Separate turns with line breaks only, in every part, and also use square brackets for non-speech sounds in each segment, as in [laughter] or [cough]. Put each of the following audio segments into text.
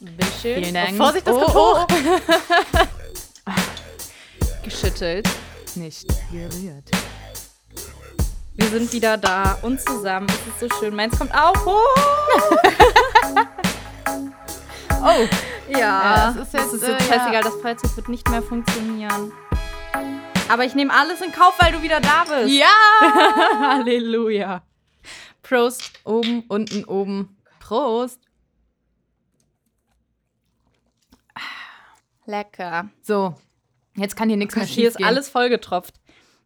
Bitteschön.
Vielen Dank.
Oh, oh. Vorsicht, das
Oh,
kommt hoch.
Geschüttelt. Nicht gerührt.
Wir sind wieder da und zusammen. Es ist so schön. Meins kommt auch [laughs] hoch.
Oh,
Ja,
es ist jetzt,
es ist
äh,
jetzt
ja.
scheißegal. Das Freizeit wird nicht mehr funktionieren. Aber ich nehme alles in Kauf, weil du wieder da bist.
ja! [laughs] Halleluja.
Prost.
Oben, unten, oben. Prost.
Lecker.
So, jetzt kann hier nichts mehr
Hier ist
schiefgehen.
alles vollgetropft.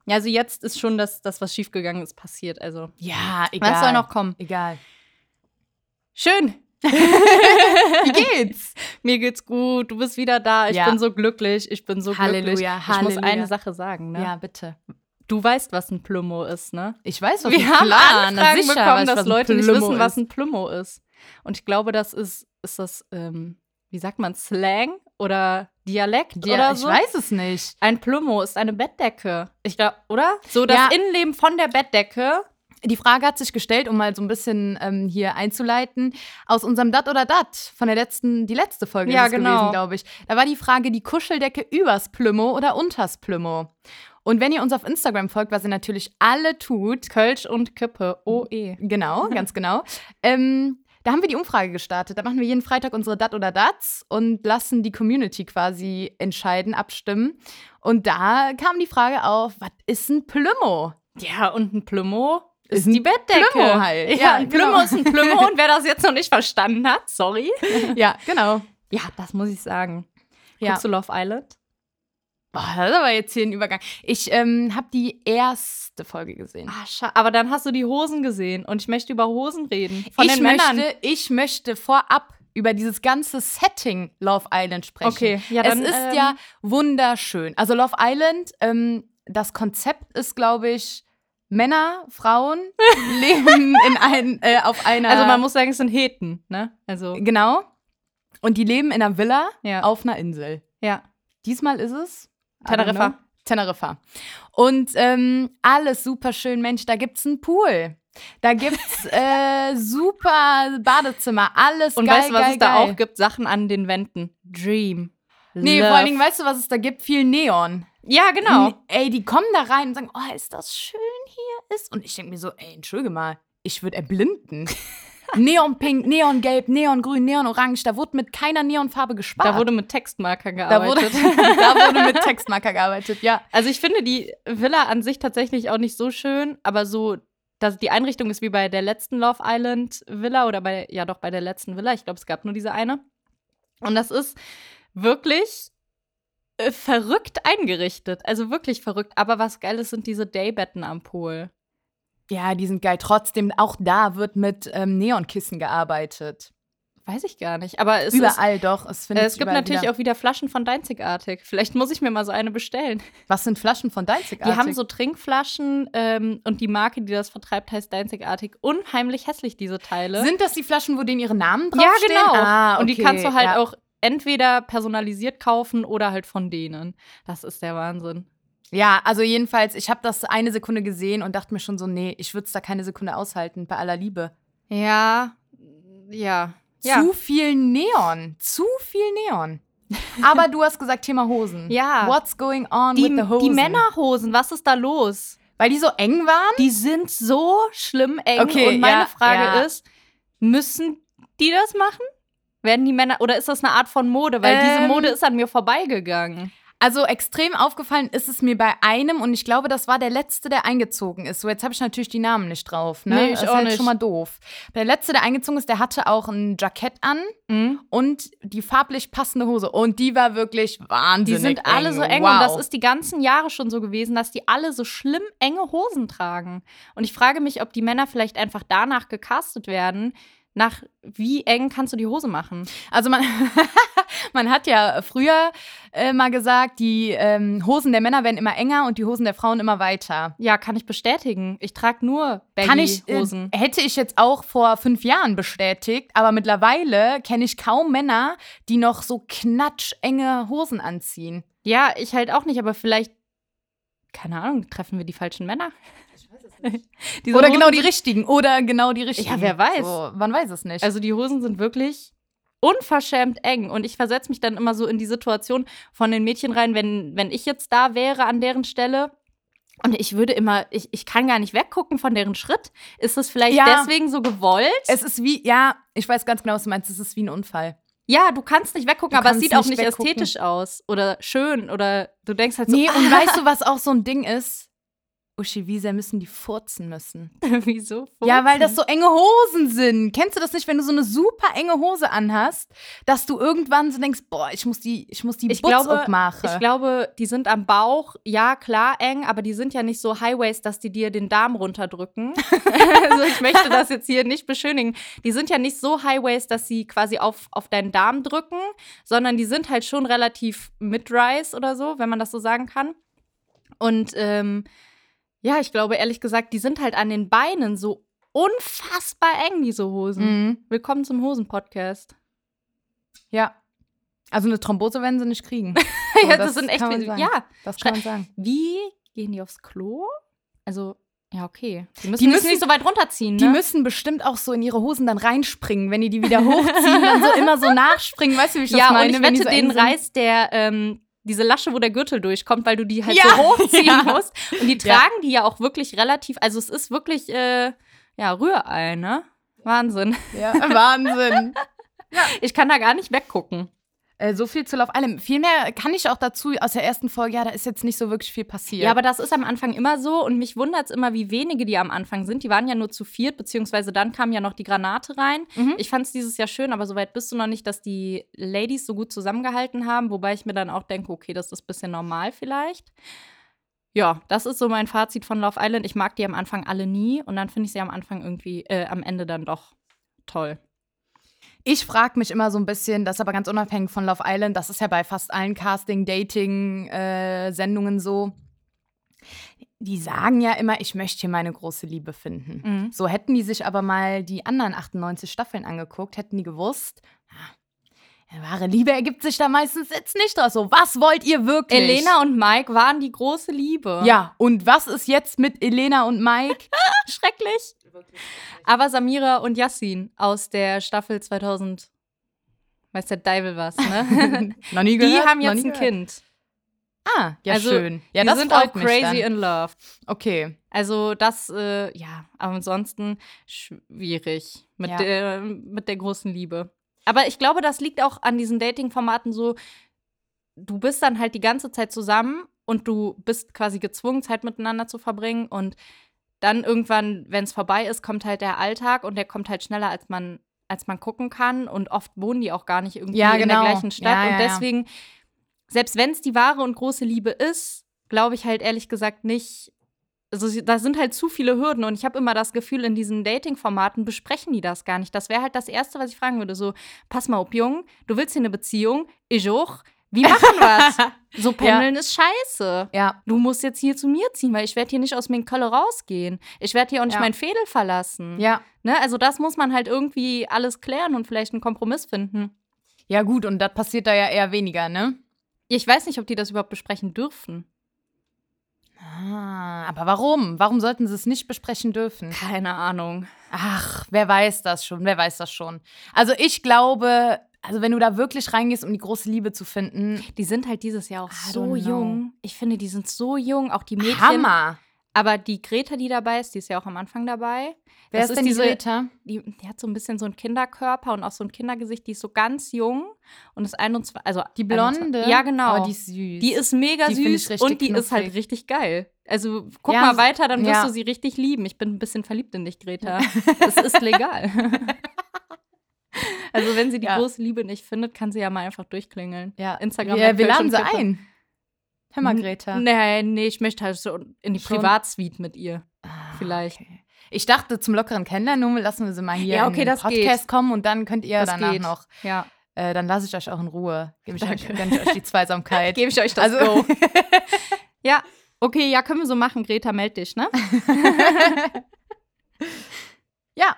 Ja, also jetzt ist schon das, das was schiefgegangen ist, passiert. Also,
Ja, egal.
was soll noch kommen?
Egal.
Schön.
[laughs] Wie geht's?
Mir geht's gut. Du bist wieder da. Ich
Ja.
bin so glücklich. Ich bin so glücklich.
Halleluja,
Ich
Halleluja.
muss eine Sache sagen. Ne?
Ja, bitte.
Du weißt, was ein Plummo ist, ne?
Ich weiß, was
Wir
ein
haben
Plan-
Anfragen
sicher
bekommen,
weiß, was
dass
ein
Leute nicht
Plümmo
wissen, was
ist.
ein Plummo ist. Und ich glaube, das ist, ist das, ähm, wie sagt man, Slang oder Dialekt
Ja,
oder
ich
so?
weiß es nicht.
Ein Plummo ist eine Bettdecke. Ich glaube, oder? So das
Ja.
Innenleben von der Bettdecke.
Die Frage hat sich gestellt, um mal so ein bisschen ähm, hier einzuleiten, aus unserem Dat oder Dat von der letzten, die letzte Folge
Ja,
ist es
genau.
gewesen, glaube ich. Da war die Frage, die Kuscheldecke übers Plümmo oder unters Plümmo. Und wenn ihr uns auf Instagram folgt, was ihr natürlich alle tut,
Kölsch und Kippe. OE. [laughs]
Genau, ganz genau. ähm, da haben wir die Umfrage gestartet. Da machen wir jeden Freitag unsere Dat oder Dats und lassen die Community quasi entscheiden, abstimmen. Und da kam die Frage auf, was ist
[laughs]
ein Plümmo?
Ja, und ein Plummo
Ist
ist
ein
die Bettdecke.
Plümmo halt.
Ja,
Ja,
ein Plummo
genau.
ist ein Plummo. Und wer das jetzt noch nicht verstanden hat, sorry.
ja, genau.
Ja, das muss ich sagen.
Ja.
Guckst du Love Island?
Boah, das ist aber jetzt hier ein Übergang. Ich ähm, habe die erste Folge gesehen.
Ah, scha- aber dann hast du die Hosen gesehen und ich möchte über Hosen reden. Von
ich,
den
möchte,
Männern.
ich möchte vorab über dieses ganze Setting Love Island sprechen.
Okay, ja, dann,
es ist
ähm,
ja wunderschön. Also Love Island, ähm, das Konzept ist, glaube ich, Männer, [laughs] Frauen leben in ein, äh, auf einer.
Also man muss sagen, es sind Heten, ne? Also
genau. Und die leben in einer Villa
ja,
auf einer Insel.
ja.
Diesmal ist es I don't
Teneriffa.
know. Teneriffa. Und ähm, alles super schön, Mensch, da gibt's einen Pool. Da
[laughs]
gibt's äh, super Badezimmer, alles
Und
geil,
weißt du, was
geil,
es da
geil.
auch gibt? Sachen an den Wänden. Dream.
Nee,
Love.
vor allen Dingen, weißt du, was es da gibt? Viel Neon.
Ja, genau.
N- Ey, die kommen da rein und sagen, oh, ist das schön hier ist. Und ich denke mir so, ey, entschuldige mal, ich
[laughs]
würde erblinden. Neonpink, Neongelb, Neongrün, Neonorange, da wurde mit keiner Neonfarbe gespart.
Da wurde mit Textmarker
da wurde, [laughs]
gearbeitet.
da wurde mit Textmarker gearbeitet, ja.
also ich finde die Villa an sich tatsächlich auch nicht so schön, aber so, dass die Einrichtung ist wie bei der letzten Love Island Villa oder bei, ja doch, bei der letzten Villa. Ich glaube, es gab nur diese eine. Und das ist wirklich äh, verrückt eingerichtet. Also wirklich verrückt. Aber was geil ist, sind diese Daybetten am Pool.
Ja, die sind geil. Trotzdem, auch da wird mit ähm, Neonkissen gearbeitet.
Weiß ich gar nicht. Aber es ist
überall doch. Es, findet
Äh, es gibt
überall
natürlich
wieder.
auch wieder Flaschen von Deinzigartig. Vielleicht muss ich mir mal so eine bestellen.
Was sind Flaschen von
Die
Deinzigartig?
haben so Trinkflaschen ähm, und die Marke, die das vertreibt, heißt Deinzigartig. Unheimlich hässlich, diese Teile.
sind das die Flaschen, wo denen ihre Namen
ja,
draufstehen?
genau.
Ah, okay.
Und die kannst du halt
ja.
auch entweder personalisiert kaufen oder halt von denen. Das ist der Wahnsinn.
Ja, also jedenfalls, ich habe das eine Sekunde gesehen und dachte mir schon so, nee, ich würde es da keine Sekunde aushalten, bei aller Liebe.
Ja, ja. Ja.
Zu viel Neon, zu viel Neon. Aber du hast gesagt, Thema Hosen.
[laughs] Ja.
What's going on
Die,
with the Hosen?
die Männerhosen, was ist da los?
Weil die so eng waren?
Die sind so schlimm eng.
Okay,
und meine
ja,
Frage
ja.
ist, müssen die das machen? Werden die Männer, oder ist das eine Art von Mode? Weil diese
Ähm.
Mode ist an mir vorbeigegangen.
Also extrem aufgefallen ist es mir bei einem und ich glaube, das war der letzte, der eingezogen ist. So, jetzt habe ich natürlich die Namen nicht drauf. Ne?
Nee, ich
ist
auch
halt
nicht.
schon mal doof. Der letzte, der eingezogen ist, der hatte auch ein Jackett an
Hm?
und die farblich passende Hose. Und die war wirklich
Die
wahnsinnig
sind alle
eng.
so eng
wow.
und das ist die ganzen Jahre schon so gewesen, dass die alle so schlimm enge Hosen tragen. Und ich frage mich, ob die Männer vielleicht einfach danach gecastet werden, nach wie eng kannst du die Hose machen?
Also man, [laughs] man hat ja früher äh, mal gesagt, die ähm, Hosen der Männer werden immer enger und die Hosen der Frauen immer weiter.
Ja, kann ich bestätigen. Ich trage nur
Kann ich, äh,
Baggy-Hosen.
hätte ich jetzt auch vor fünf Jahren bestätigt, aber mittlerweile kenne ich kaum Männer, die noch so knatschenge Hosen anziehen.
Ja, ich halt auch nicht, aber vielleicht, keine Ahnung, treffen wir die falschen Männer. [laughs] Diese
oder
Hosen
genau die
sind-
richtigen. Oder genau die richtigen.
Ja, wer weiß.
So, man weiß es nicht.
Also die Hosen sind wirklich unverschämt eng. Und ich versetze mich dann immer so in die Situation von den Mädchen rein, wenn, wenn ich jetzt da wäre an deren Stelle. Und ich würde immer, ich, ich kann gar nicht weggucken von deren Schritt. Ist das vielleicht
Ja.
deswegen so gewollt?
Es ist wie, ja, ich weiß ganz genau, was du meinst. Es ist wie ein Unfall.
ja, du kannst nicht weggucken,
Du
aber es
kannst
sieht auch
nicht
nicht
weggucken.
ästhetisch aus oder schön oder du denkst halt so, [laughs]
nee,
ah,
und weißt du, was auch so ein Ding ist? Uschi, wie sehr müssen die furzen müssen?
"Ah, wieso?
Ja, weil das so enge Hosen sind. Kennst du das nicht, wenn du so eine super enge Hose anhast, dass du irgendwann so denkst, boah, ich muss die, ich muss die
Ich
Butz
glaube,
aufmachen.
Ich glaube, die sind am Bauch, ja, klar, eng, aber die sind ja nicht so Highways, dass die dir den Darm
[laughs]
runterdrücken. also ich möchte das jetzt hier nicht beschönigen. Die sind ja nicht so Highways, dass sie quasi auf, auf deinen Darm drücken, sondern die sind halt schon relativ mid-rise oder so, wenn man das so sagen kann. Und ähm, ja, ich glaube, ehrlich gesagt, die sind halt an den Beinen so unfassbar eng, diese Hosen.
Mhm.
Willkommen zum Hosen-Podcast.
Ja. Also eine Thrombose werden sie nicht [laughs] kriegen.
ja,
das
das, sind echt,
kann man
viele-
sagen.
ja,
Das kann [laughs] man sagen.
Wie gehen die aufs Klo? Also, ja, okay. Die müssen,
Die
das
müssen-
nicht so weit runterziehen,
Die
ne?
müssen bestimmt auch so in ihre Hosen dann reinspringen, wenn die die wieder hochziehen, dann so immer so nachspringen. Weißt du, wie ich das
ja,
meine?
und ich
Wenn die
wette,
so eng
den
sind.
reißt der, ähm, diese Lasche, wo der Gürtel durchkommt, weil du die halt
Ja,
so hochziehen
[laughs] ja.
musst. Und die
Ja.
tragen die ja auch wirklich relativ, also es ist wirklich, äh, ja, Rührei, ne? Wahnsinn.
[laughs] Ja, Wahnsinn.
Ich kann da gar nicht weggucken.
Äh, so viel zu Love Island. Viel mehr kann ich auch dazu aus der ersten Folge. Ja, da ist jetzt nicht so wirklich viel passiert.
Ja, aber das ist am Anfang immer so und mich wundert es immer, wie wenige die am Anfang sind. Die waren ja nur zu viert, beziehungsweise dann kam ja noch die Granate rein.
Mhm.
Ich fand es dieses Jahr schön, aber soweit bist du noch nicht, dass die Ladies so gut zusammengehalten haben, wobei ich mir dann auch denke, okay, das ist ein bisschen normal vielleicht. Ja, das ist so mein Fazit von Love Island. Ich mag die am Anfang alle nie und dann finde ich sie am Anfang irgendwie, äh, am Ende dann doch toll.
ich frage mich immer so ein bisschen, das ist aber ganz unabhängig von Love Island, das ist ja bei fast allen Casting-Dating-Sendungen so. Die sagen ja immer, ich möchte hier meine große Liebe finden.
Mhm.
So hätten die sich aber mal die anderen 98 Staffeln angeguckt, hätten die gewusst, ah, wahre Liebe ergibt sich da meistens jetzt nicht draus. So, was wollt ihr wirklich?
Elena und Mike waren die große Liebe.
Ja, und was ist jetzt mit Elena
[laughs]
und Mike? [laughs]
schrecklich. Aber Samira und Yassin aus der Staffel 2000, weiß der Deivel was,
[laughs]
ne?
noch nie
die haben jetzt ein Kind.
Ah, ja,
Also,
schön. Ja,
die
das
sind
freut
auch
mich
crazy in
Dann.
love.
Okay.
Also das, äh, ja, aber ansonsten schwierig mit,
Ja.
der, mit der großen Liebe. Aber ich glaube, das liegt auch an diesen Dating-Formaten so, du bist dann halt die ganze Zeit zusammen und du bist quasi gezwungen, Zeit miteinander zu verbringen und dann irgendwann, wenn es vorbei ist, kommt halt der Alltag und der kommt halt schneller, als man, als man gucken kann und oft wohnen die auch gar nicht irgendwie
Ja,
in der
genau.
gleichen Stadt
Ja, ja,
und
ja.
deswegen, selbst wenn es die wahre und große Liebe ist, glaube ich halt ehrlich gesagt nicht, also sie- da sind halt zu viele Hürden und ich habe immer das Gefühl, in diesen Dating-Formaten besprechen die das gar nicht. Das wäre halt das Erste, was ich fragen würde. So, pass mal auf, Jung, du willst hier eine Beziehung, ich auch. Wie machen
[laughs]
wir's? so pendeln ist scheiße.
Ja,
Du musst jetzt hier zu mir ziehen, weil ich werde hier nicht aus meinen Kölle rausgehen. Ich werde hier auch nicht
Ja.
mein Fädel verlassen.
ja.
Ne? Also das muss man halt irgendwie alles klären und vielleicht einen Kompromiss finden.
Ja, gut, und das passiert da ja eher weniger, ne?
Ich weiß nicht, ob die das überhaupt besprechen dürfen.
Ah, aber warum? Warum sollten sie es nicht besprechen dürfen?
Keine Ahnung.
Ach, wer weiß das schon, wer weiß das schon. Also ich glaube, also wenn du da wirklich reingehst, um die große Liebe zu finden,
Die sind halt dieses Jahr auch
I
so
don't know.
jung. Ich finde, die sind so jung. Auch die Mädchen.
Hammer.
Aber die Greta, die dabei ist, die ist ja auch am Anfang dabei.
Wer
Das
ist denn die
diese,
Greta?
Die, die hat so ein bisschen so einen Kinderkörper und auch so ein Kindergesicht. Die ist so ganz jung und ist 21. Also
Die Blonde?
21 Ja, genau.
Oh, die
die,
ist süß.
ist mega
Die find ich
süß
richtig
und die ist halt
knuffig.
richtig geil. Also guck
Ja,
mal
so-
weiter, dann wirst
ja.
du sie richtig lieben. Ich bin ein bisschen verliebt in dich, Greta. Das ist
[laughs]
legal. also wenn sie die
Ja.
große Liebe nicht findet, kann sie ja mal einfach durchklingeln.
ja.
Instagram
Ja,
hat
wir
Kölsch
laden
und
sie
Kippe.
ein. ne- Hör mal,
N-
Greta.
Nee, nee, ich möchte halt so in die
Schon?
Privatsuite mit ihr.
Ah,
Vielleicht.
Okay. Ich dachte, zum lockeren Kennenlernen lassen wir sie mal hier
Ja, okay,
in den
das geht.
Podcast kommen und dann könnt ihr
Das
danach
geht.
noch.
Ja.
Äh, dann lasse ich euch auch in Ruhe. Gebe ich, euch,
Danke.
gönn ich euch
[laughs]
die Zweisamkeit.
Gebe ich euch das
Also-
Go. ja, [laughs] okay, ja, können wir so machen. Greta, meld dich, ne?
[laughs] ja,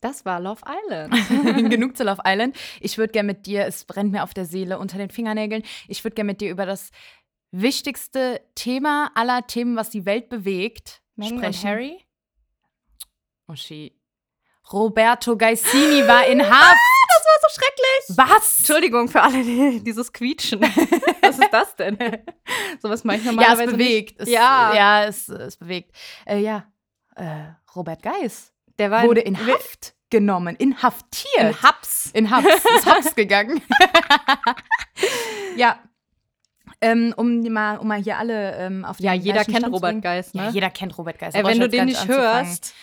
Das war Love Island.
[laughs] genug zu Love Island. Ich würde gerne mit dir, es brennt mir auf der Seele unter den Fingernägeln, ich würde gerne mit dir über das wichtigste Thema aller Themen, was die Welt bewegt,
Meghan und
sprechen.
Harry? Oh,
Uschi. Roberto Gaisini war in Haft.
[laughs] Das war so schrecklich.
Was?
Entschuldigung für alle, die, [laughs] dieses Quietschen. Was ist das denn? [laughs] Sowas mache ich
Ja, es
normalerweise nicht.
bewegt. Es,
Ja.
ja, es, es bewegt. Äh, ja, äh, Robert Geis
Der war
wurde in Haft genommen, inhaftiert.
in Haps.
In [laughs] Haps, ist Haps gegangen. ja. Ähm, um, die mal, um mal hier alle ähm, auf den
Ja, jeder
gleichen
kennt
Stand zu
Robert
bringen.
Geis, ne?
Ja, jeder kennt Robert Geis.
Äh,
Da brauch
wenn du
ich
den
jetzt
nicht
gar anzufangen.
hörst,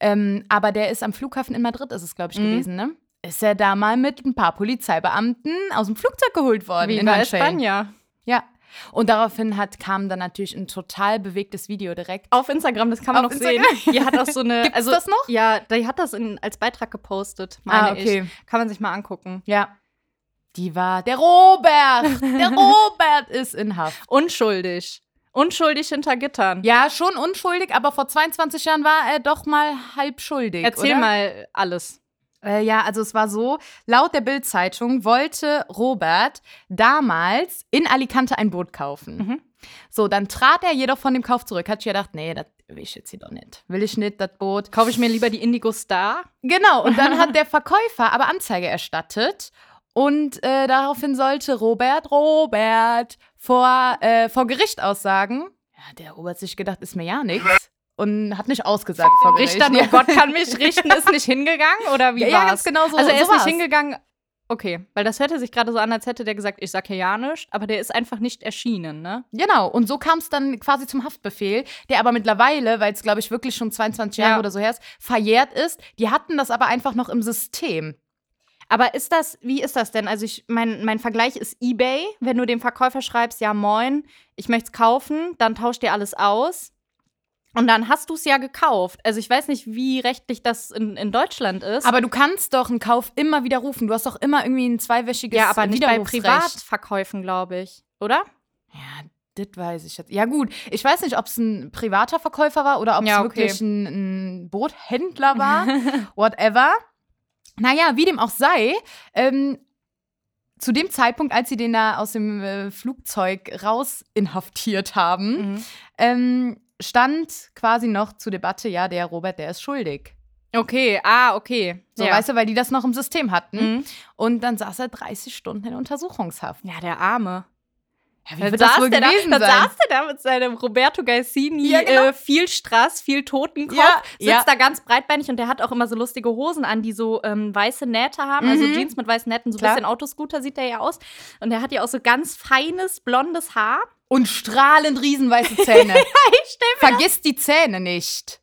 Ähm, aber der ist am Flughafen in Madrid, ist es, glaube ich,
Mhm.
gewesen, ne? Ist er da mal mit ein paar Polizeibeamten aus dem Flugzeug geholt worden.
wie
in
war
Handschellen.
Espanja?
Ja. Und daraufhin hat, kam dann natürlich ein total bewegtes Video direkt.
Auf Instagram, das kann man
Auf
noch
Instagram?
sehen. Die hat auch so [laughs] eine.
Gibt's
also,
das noch?
Ja, die hat das in, als Beitrag gepostet, meine ich. Kann man sich mal angucken.
Ja. Die war, der Robert, [laughs] der Robert ist in Haft.
Unschuldig. Unschuldig hinter Gittern.
Ja, schon unschuldig, aber vor 22 Jahren war er doch mal halb schuldig.
Erzähl
oder?
mal alles.
Äh, ja, also es war so, laut der Bild-Zeitung wollte Robert damals in Alicante ein Boot kaufen.
Mhm.
So, dann trat er jedoch von dem Kauf zurück. Hat sich gedacht, nee, das will ich jetzt hier doch nicht. Will ich nicht, das Boot.
Kaufe ich mir lieber die Indigo Star?
Genau, und
[laughs]
dann hat der Verkäufer aber Anzeige erstattet. Und äh, daraufhin sollte Robert, Robert, vor, äh, vor Gericht aussagen. Ja, der Robert hat sich gedacht, ist mir ja nichts. Und hat nicht ausgesagt vor Gericht.
Richter,
ja.
nur Gott kann mich richten, ist nicht hingegangen? [laughs] Oder wie
[laughs] ja, ja, ganz
war's?
genau so.
also er
so
ist nicht
war's.
hingegangen. Okay, weil das hörte sich gerade so an, als hätte der gesagt, ich sag hier ja nichts, aber der ist einfach nicht erschienen, ne?
Genau, und so kam es dann quasi zum Haftbefehl, der aber mittlerweile, weil es glaube ich wirklich schon 22 Jahre
Ja.
oder so her ist, verjährt ist. Die hatten das aber einfach noch im System.
Aber ist das, wie ist das denn? Also ich, mein, mein Vergleich ist eBay. Wenn du dem Verkäufer schreibst, ja moin, ich möchte es kaufen, dann tauscht dir alles aus. Und dann hast du es ja gekauft. Also ich weiß nicht, wie rechtlich das in, in Deutschland ist.
Aber du kannst doch einen Kauf immer wieder rufen. Du hast doch immer irgendwie ein zweiwöchiges
ja, aber nicht bei
Widerrufsrecht.
Privatverkäufen, glaube ich, oder?
Ja, das weiß ich jetzt. Ja, gut. Ich weiß nicht, ob es ein privater Verkäufer war oder ob es
Ja, okay.
wirklich ein, ein
[laughs]
Boothändler war. Whatever. Naja, wie dem auch sei, ähm, zu dem Zeitpunkt, als sie den da aus dem äh, Flugzeug raus inhaftiert haben,
Mhm.
ähm, stand quasi noch zur Debatte, ja, der Robert, der ist schuldig.
Okay, ah, okay.
So,
ja.
weißt du, weil die das noch im System hatten.
Mhm.
Und dann saß er 30 Stunden in Untersuchungshaft.
Ja, der Arme.
Ja,
Dann saß, der da, dann saß der da mit seinem Roberto Gaisini,
Ja, genau.
äh, viel Straß, viel Totenkopf,
Ja,
sitzt
ja.
da ganz breitbeinig und der hat auch immer so lustige Hosen an, die so ähm, weiße Nähte haben, also
Mhm.
Jeans mit weißen Nähten, so ein
Klar.
bisschen Autoscooter sieht der ja aus. Und der hat ja auch so ganz feines, blondes Haar.
Und strahlend riesenweiße
[laughs]
Zähne. Vergiss die Zähne nicht.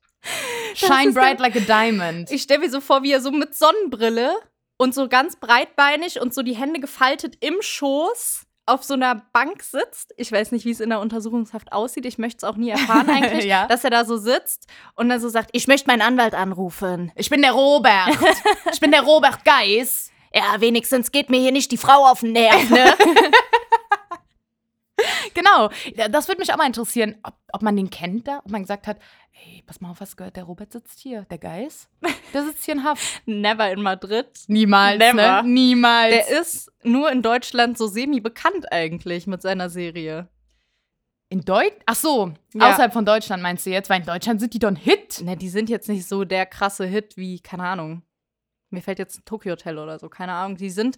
Shine
ist
bright like a diamond.
Ich stelle mir so vor, wie er so mit Sonnenbrille und so ganz breitbeinig und so die Hände gefaltet im Schoß auf so einer Bank sitzt. Ich weiß nicht, wie es in der Untersuchungshaft aussieht. Ich möchte es auch nie [laughs] erfahren eigentlich,
Ja.
dass er da so sitzt und dann so sagt, ich möchte meinen Anwalt anrufen.
Ich bin der Robert. Ich bin der Robert Geis.
Ja, wenigstens geht mir hier nicht die Frau auf den Nerv, ne?
Genau. Da- Das würde mich auch mal interessieren, ob, ob man den kennt da, ob man gesagt hat, ey, pass mal auf, was gehört, der Robert sitzt hier, der Geis, der sitzt hier in Haft.
[laughs] Never in Madrid.
[laughs] Niemals,
Never.
ne? Niemals.
Der ist nur in Deutschland so semi-bekannt eigentlich mit seiner Serie.
in Deutschland? Ach so,
Ja.
außerhalb von Deutschland meinst du jetzt, weil in Deutschland sind die doch ein Hit.
Ne, die sind jetzt nicht so der krasse Hit wie, keine Ahnung. Mir fällt jetzt ein Tokyo Hotel oder so, keine Ahnung. Die sind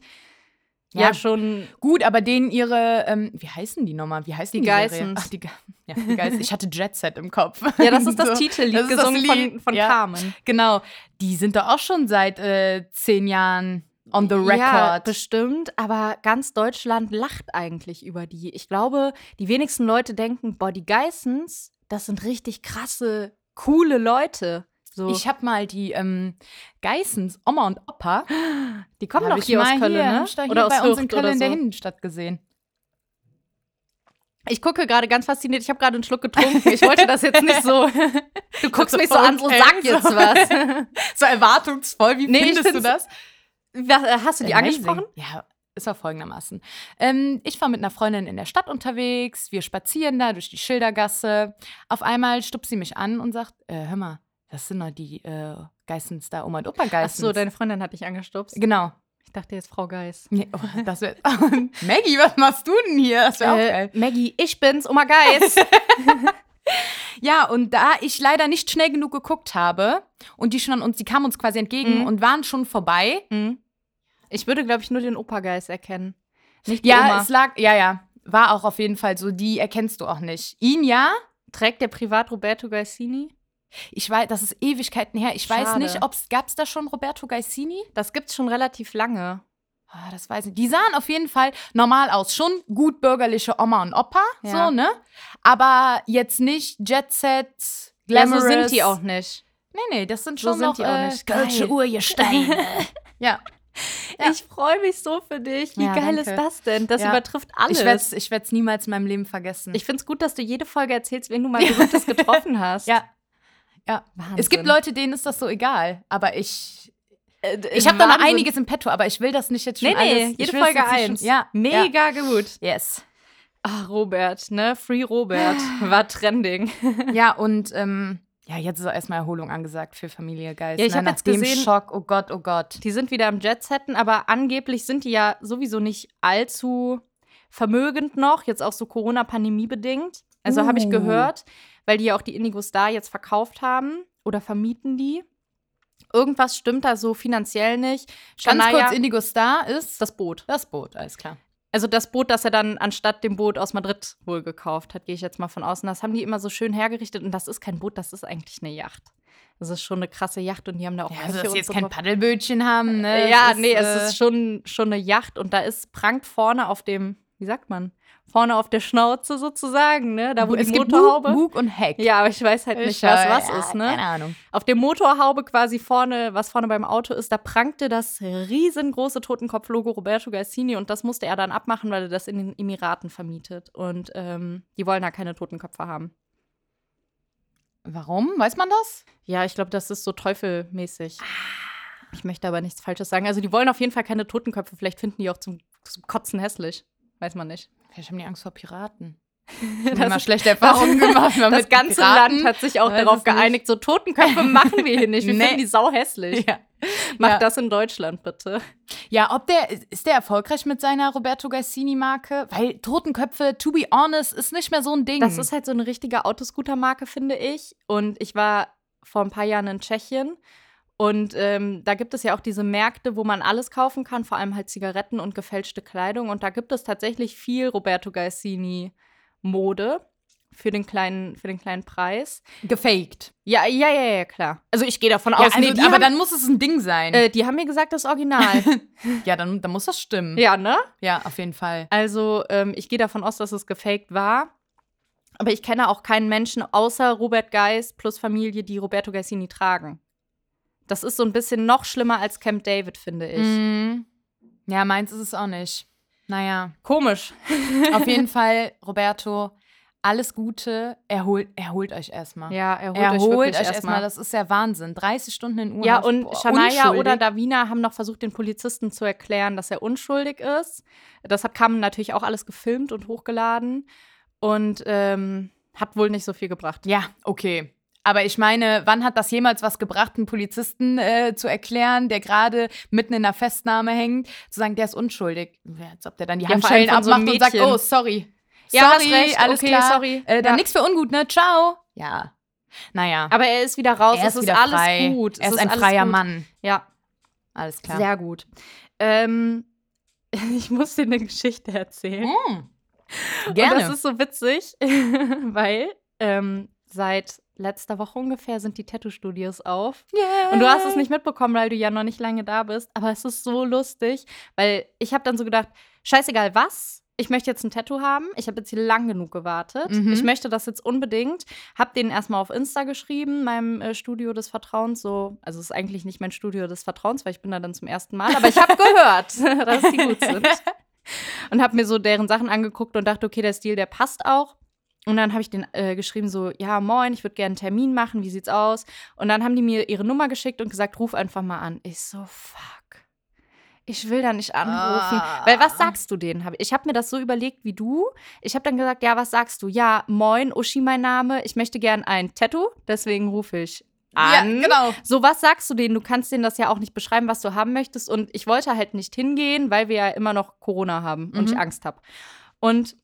ja,
Ja.
schon.
Gut, aber denen ihre, ähm, wie heißen die nochmal? Wie heißen
Die
die, Serie?
Geissens.
Ach, die, Ge [laughs] ja, die Geissens. Ich hatte Jet Set im Kopf.
Ja, das ist das
[laughs] So.
Titellied
das ist das
gesungen von,
Lied,
von
ja.
Carmen.
Genau, die sind doch auch schon seit äh, zehn Jahren on the record.
Ja, bestimmt, aber ganz Deutschland lacht eigentlich über die. Ich glaube, die wenigsten Leute denken, boah, die Geissens, das sind richtig krasse, coole Leute. So,
ich habe mal die ähm, Geissens, Oma und Opa,
die kommen
hab
doch
ich
hier aus
mal
Köln,
hier,
ne?
hab ich da hier
Oder
bei
aus
uns in
Hürth
Köln
oder
in der
so.
Innenstadt gesehen.
Ich gucke gerade ganz fasziniert. Ich habe gerade einen Schluck getrunken. Ich wollte das jetzt nicht
[laughs]
so. Du guckst mich so an, so
Okay,
sag
so.
jetzt
[laughs]
was.
So erwartungsvoll, wie
Nee, ich
findest du
find's
das?
was äh, hast du die
Amazing.
angesprochen?
Ja, ist auch folgendermaßen. Ähm, ich war mit einer Freundin in der Stadt unterwegs, wir spazieren da durch die Schildergasse. Auf einmal stupst sie mich an und sagt, äh, hör mal, das sind doch die äh, Geissens da, Oma und Opa
Ach
Geissens.
so, deine Freundin hat dich angestupst.
genau.
Ich dachte jetzt Frau Geis.
Nee, oh, das wär, [laughs] Maggie, was machst du denn hier? Das wär auch
Äh,
geil.
Maggie, ich bin's, Oma
[laughs]
Geis.
Ja, und da ich leider nicht schnell genug geguckt habe und die schon an uns, die kamen uns quasi entgegen
Mhm.
und waren schon vorbei,
Mhm. Ich würde, glaube ich, nur den Opergeist erkennen. Nicht die
Ja,
Oma.
es lag, ja, ja. War auch auf jeden Fall so. Die erkennst du auch nicht. Ihn ja.
trägt der Privat Roberto Gaisini?
Ich weiß, das ist Ewigkeiten her. Ich weiß
Schade.
nicht, ob's gab's da schon Roberto Gaisini?
Das gibt's schon relativ lange.
Ah, das weiß ich. nicht. Die sahen auf jeden Fall normal aus. Schon gut bürgerliche Oma und Opa,
Ja.
so, ne? Aber jetzt nicht Jet Set,
Ja,
Glamorous.
so sind die auch nicht.
Nee, nee, das sind
So
schon
sind
noch,
die auch
äh,
nicht.
Deutsche
Geil.
Urgesteine. [laughs] ja. Ja.
Ich freue mich so für dich. Wie
Ja,
geil
danke.
ist das denn? Das
Ja.
übertrifft alles.
Ich werd's, ich werd's niemals in meinem Leben vergessen.
Ich finde es gut, dass du jede Folge erzählst, wen du mal berühmtes getroffen hast.
[laughs] ja. Ja.
Wahnsinn.
Es gibt Leute, denen ist das so egal. Aber ich.
Äh,
Ich habe da noch
Wahnsinn.
einiges im Petto, aber ich will das nicht jetzt schon
Nee,
alles.
nee,
ich
jede
will's
Folge
jetzt nicht
eins.
Schon, ja.
Mega gut.
Ja. Yes.
Ach, Ah, Robert, ne? Free Robert war trending.
Ja, und ähm, ja, jetzt ist auch erstmal Erholung angesagt für Familie Geist.
Ja, ich
ne?
hab
Nach
jetzt
dem
gesehen-
Schock, oh Gott, oh Gott.
Die sind wieder im Jet-Setten, aber angeblich sind die ja sowieso nicht allzu vermögend noch, jetzt auch so Corona-Pandemie bedingt. Also habe ich
Uh.
gehört, weil die ja auch die Indigo Star jetzt verkauft haben oder vermieten die. Irgendwas stimmt da so finanziell nicht.
Ganz
Shania-
kurz, Indigo Star ist das,
das Boot.
das Boot, alles klar.
Also das Boot, das er dann anstatt dem Boot aus Madrid wohl gekauft hat, gehe ich jetzt mal von aus. Und das haben die immer so schön hergerichtet. Und das ist kein Boot, das ist eigentlich eine Yacht. Das ist schon eine krasse Yacht und die haben da auch
Ja,
Reiche
also, dass
und
sie jetzt
so
kein
drauf.
Paddelbötchen haben, ne?
Ja,
es ist,
nee,
äh,
es ist schon, schon eine Yacht und da ist prangt vorne auf dem, wie sagt man, vorne auf der Schnauze sozusagen, ne? Da wo
es
die
gibt
Motorhaube.
Bug, Bug und Heck.
Ja, aber ich weiß halt
Äh,
nicht,
schau,
was was
ja,
ist, ne?
Keine Ahnung.
Auf der Motorhaube quasi vorne, was vorne beim Auto ist, da prangte das riesengroße Totenkopf-Logo Roberto Gassini und das musste er dann abmachen, weil er das in den Emiraten vermietet. Und ähm, die wollen da keine Totenköpfe haben.
Warum? Weiß man das?
Ja, ich glaube, das ist so teufelmäßig.
Ah.
Ich möchte aber nichts Falsches sagen. Also die wollen auf jeden Fall keine Totenköpfe. Vielleicht finden die auch zum, zum Kotzen hässlich. Weiß man nicht.
Vielleicht haben die Angst
[laughs]
vor Piraten.
Das
Haben immer
ist- [laughs]
schlechte Erfahrungen gemacht. wenn man
Das
mit
ganze
Piraten.
Land hat sich auch
weiß
darauf
es nicht.
geeinigt, so
[laughs]
Totenköpfe machen wir hier nicht. Wir
Nee.
finden die sau hässlich.
Ja.
Macht
Ja.
das in Deutschland bitte.
Ja, ob der ist der erfolgreich mit seiner Roberto Gassini Marke, weil Totenköpfe, to be honest, ist nicht mehr so ein Ding.
Das ist halt so eine richtige Autoscooter-Marke, finde ich. Und ich war vor ein paar Jahren in Tschechien. Und ähm, da gibt es ja auch diese Märkte, wo man alles kaufen kann, vor allem halt Zigaretten und gefälschte Kleidung. Und da gibt es tatsächlich viel Roberto Gaisini-Mode für den kleinen, für den kleinen Preis.
gefaked.
Ja, ja, ja, ja, klar. Also ich gehe davon
Ja,
aus,
also,
nee, die,
aber
haben,
dann muss es ein Ding sein.
äh, die haben mir gesagt, das ist
[laughs]
Original.
ja, dann, dann muss das stimmen.
ja, ne?
Ja, auf jeden Fall.
Also ähm, ich gehe davon aus, dass es gefaked war. Aber ich kenne auch keinen Menschen außer Robert Geis plus Familie, die Roberto Gaisini tragen. Das ist so ein bisschen noch schlimmer als Camp David, finde ich.
Mhm. Ja, meins ist es auch nicht. Naja,
Komisch. [laughs]
auf jeden Fall, Roberto, alles Gute. Erholt, erholt euch erstmal.
Ja, erholt,
Erholt
euch,
euch
wirklich
erstmal,
erstmal.
das ist ja Wahnsinn. 30 Stunden in Urlaub.
Ja, und
Boah,
Shania
unschuldig.
oder Davina haben noch versucht, den Polizisten zu erklären, dass er unschuldig ist. Das hat Kamen natürlich auch alles gefilmt und hochgeladen und ähm, hat wohl nicht so viel gebracht.
Ja, okay. Aber ich meine, wann hat das jemals was gebracht, einen Polizisten äh, zu erklären, der gerade mitten in einer Festnahme hängt, zu sagen, der ist unschuldig? Ja, Als ob der dann die
Ja, vor
Handschellen
allem von so
abmacht
einem
und sagt,
Mädchen.
oh, sorry.
Ja, hast
sorry,
recht,
alles
okay,
klar.
sorry.
Äh, dann
Ja.
nichts für ungut, ne? Ciao. Ja. Naja.
Aber er ist wieder raus,
er
es
ist,
ist
wieder
alles
frei.
gut.
Er
es
ist ein
alles
freier
gut.
Mann.
Ja,
Alles klar.
Sehr gut. Ähm, [laughs] ich muss dir eine Geschichte erzählen. Und
Mm. Hm. Mhm, Gerne.
das ist so witzig, [laughs] weil ähm, seit letzter Woche ungefähr sind die Tattoo-Studios auf. Und du hast es nicht mitbekommen, weil du ja noch nicht lange da bist. Aber es ist so lustig, weil ich habe dann so gedacht, scheißegal was, ich möchte jetzt ein Tattoo haben. Ich habe jetzt hier lang genug gewartet.
Mhm.
Ich möchte das jetzt unbedingt. Habe denen erstmal auf Insta geschrieben, meinem äh, Studio des Vertrauens. So, also es ist eigentlich nicht mein Studio des Vertrauens, weil ich bin da dann zum ersten Mal. Aber ich habe gehört, [laughs] dass die gut sind. Und habe mir so deren Sachen angeguckt und dachte, okay, der Stil, der passt auch. Und dann habe ich den äh, geschrieben so, ja, moin, ich würde gerne einen Termin machen, wie sieht's aus? Und dann haben die mir ihre Nummer geschickt und gesagt, ruf einfach mal an. Ich so, fuck. Ich will da nicht anrufen.
Ah.
Weil was sagst du denen? Hab- Ich habe mir das so überlegt wie du. Ich habe dann gesagt, ja, was sagst du? Ja, moin, Uschi mein Name. Ich möchte gern ein Tattoo, deswegen rufe ich
ja,
an.
genau.
So, was sagst du denen? Du kannst denen das ja auch nicht beschreiben, was du haben möchtest. Und ich wollte halt nicht hingehen, weil wir ja immer noch Corona haben und
Mhm.
ich Angst habe. Und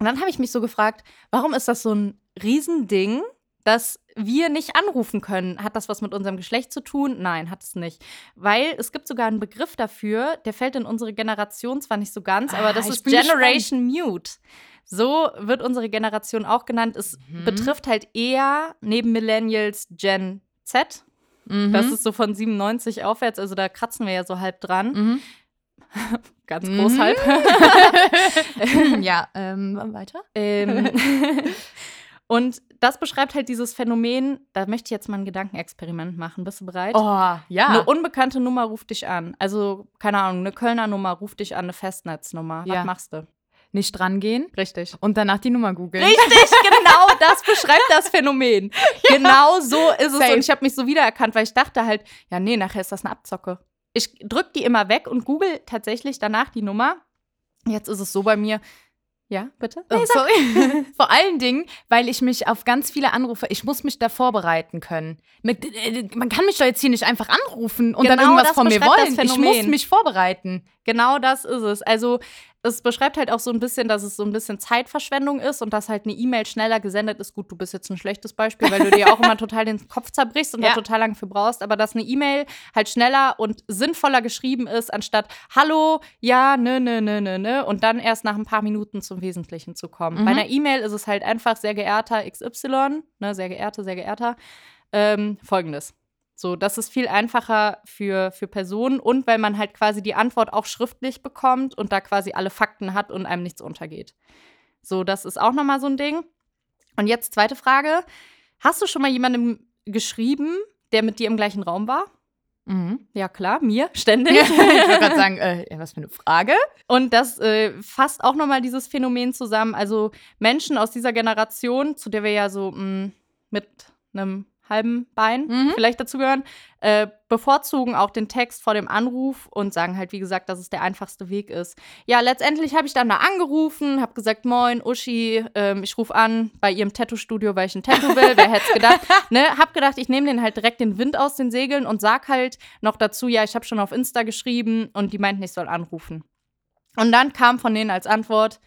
dann habe ich mich so gefragt, warum ist das so ein Riesending, dass wir nicht anrufen können. Hat das was mit unserem Geschlecht zu tun? Nein, hat es nicht. Weil es gibt sogar einen Begriff dafür, der fällt in unsere Generation zwar nicht so ganz, aber
Ah,
das
ich
ist
bin gespannt.
Generation Mute. So wird unsere Generation auch genannt. Es
Mhm.
betrifft halt eher neben Millennials Gen Z.
Mhm.
Das ist so von 97 aufwärts, also da kratzen wir ja so halb dran. [laughs]
Mhm.
Ganz
Mhm.
groß halb.
[laughs] ja, ähm, weiter. [laughs]
Ähm, und das beschreibt halt dieses Phänomen, da möchte ich jetzt mal ein Gedankenexperiment machen. Bist du bereit?
Oh,
Eine
ja.
unbekannte Nummer ruft dich an. Also, keine Ahnung, eine Kölner Nummer ruft dich an, eine Festnetznummer.
Ja.
Was machst du?
Nicht drangehen
Richtig.
und danach die Nummer googeln.
Richtig, genau das beschreibt das Phänomen. Genau so ist es.
Same.
Und ich habe mich so wiedererkannt, weil ich dachte halt, ja, nee, nachher ist das eine Abzocke. Ich drück die immer weg und google tatsächlich danach die Nummer. Jetzt ist es so bei mir. Ja, bitte?
Oh, sorry. Vor allen Dingen, weil ich mich auf ganz viele Anrufe, ich muss mich da vorbereiten können. Mit, äh, man kann mich doch jetzt hier nicht einfach anrufen und dann
Genau
irgendwas
das
von mir
beschreibt das
wollen. Ich muss
Phänomen.
mich vorbereiten.
Genau das ist es. Also es beschreibt halt auch so ein bisschen, dass es so ein bisschen Zeitverschwendung ist und dass halt eine E-Mail schneller gesendet ist. Gut, du bist jetzt ein schlechtes Beispiel, weil du dir auch immer total den Kopf zerbrichst und
[laughs] Ja.
da total lang für brauchst, aber dass eine E-Mail halt schneller und sinnvoller geschrieben ist, anstatt Hallo, ja, ne, nö, nö, nö, nö, nö und dann erst nach ein paar Minuten zum Wesentlichen zu kommen.
Mhm.
Bei einer E-Mail ist es halt einfach sehr geehrter XY, ne, sehr geehrte, sehr geehrter, ähm, folgendes. So, das ist viel einfacher für, für Personen und weil man halt quasi die Antwort auch schriftlich bekommt und da quasi alle Fakten hat und einem nichts untergeht. So, das ist auch nochmal so ein Ding. Und jetzt zweite Frage. Hast du schon mal jemandem geschrieben, der mit dir im gleichen Raum war? [laughs]
Mhm.
Ja, klar, mir, ständig.
[laughs] ich wollte gerade sagen, äh, ja, was für eine Frage.
Und das äh, fasst auch nochmal dieses Phänomen zusammen. Also Menschen aus dieser Generation, zu der wir ja so mh, mit einem halben Bein
Mhm.
vielleicht dazugehören, äh, bevorzugen auch den Text vor dem Anruf und sagen halt, wie gesagt, dass es der einfachste Weg ist. Ja, letztendlich habe ich dann da angerufen, habe gesagt, moin, Uschi, ähm, ich rufe an bei ihrem Tattoo-Studio, weil ich ein Tattoo will, wer hätte es gedacht. Ne, hab gedacht, ich nehme den halt direkt den Wind aus den Segeln und sag halt noch dazu, ja, ich habe schon auf Insta geschrieben und die meinten, ich soll anrufen. Und dann kam von denen als Antwort,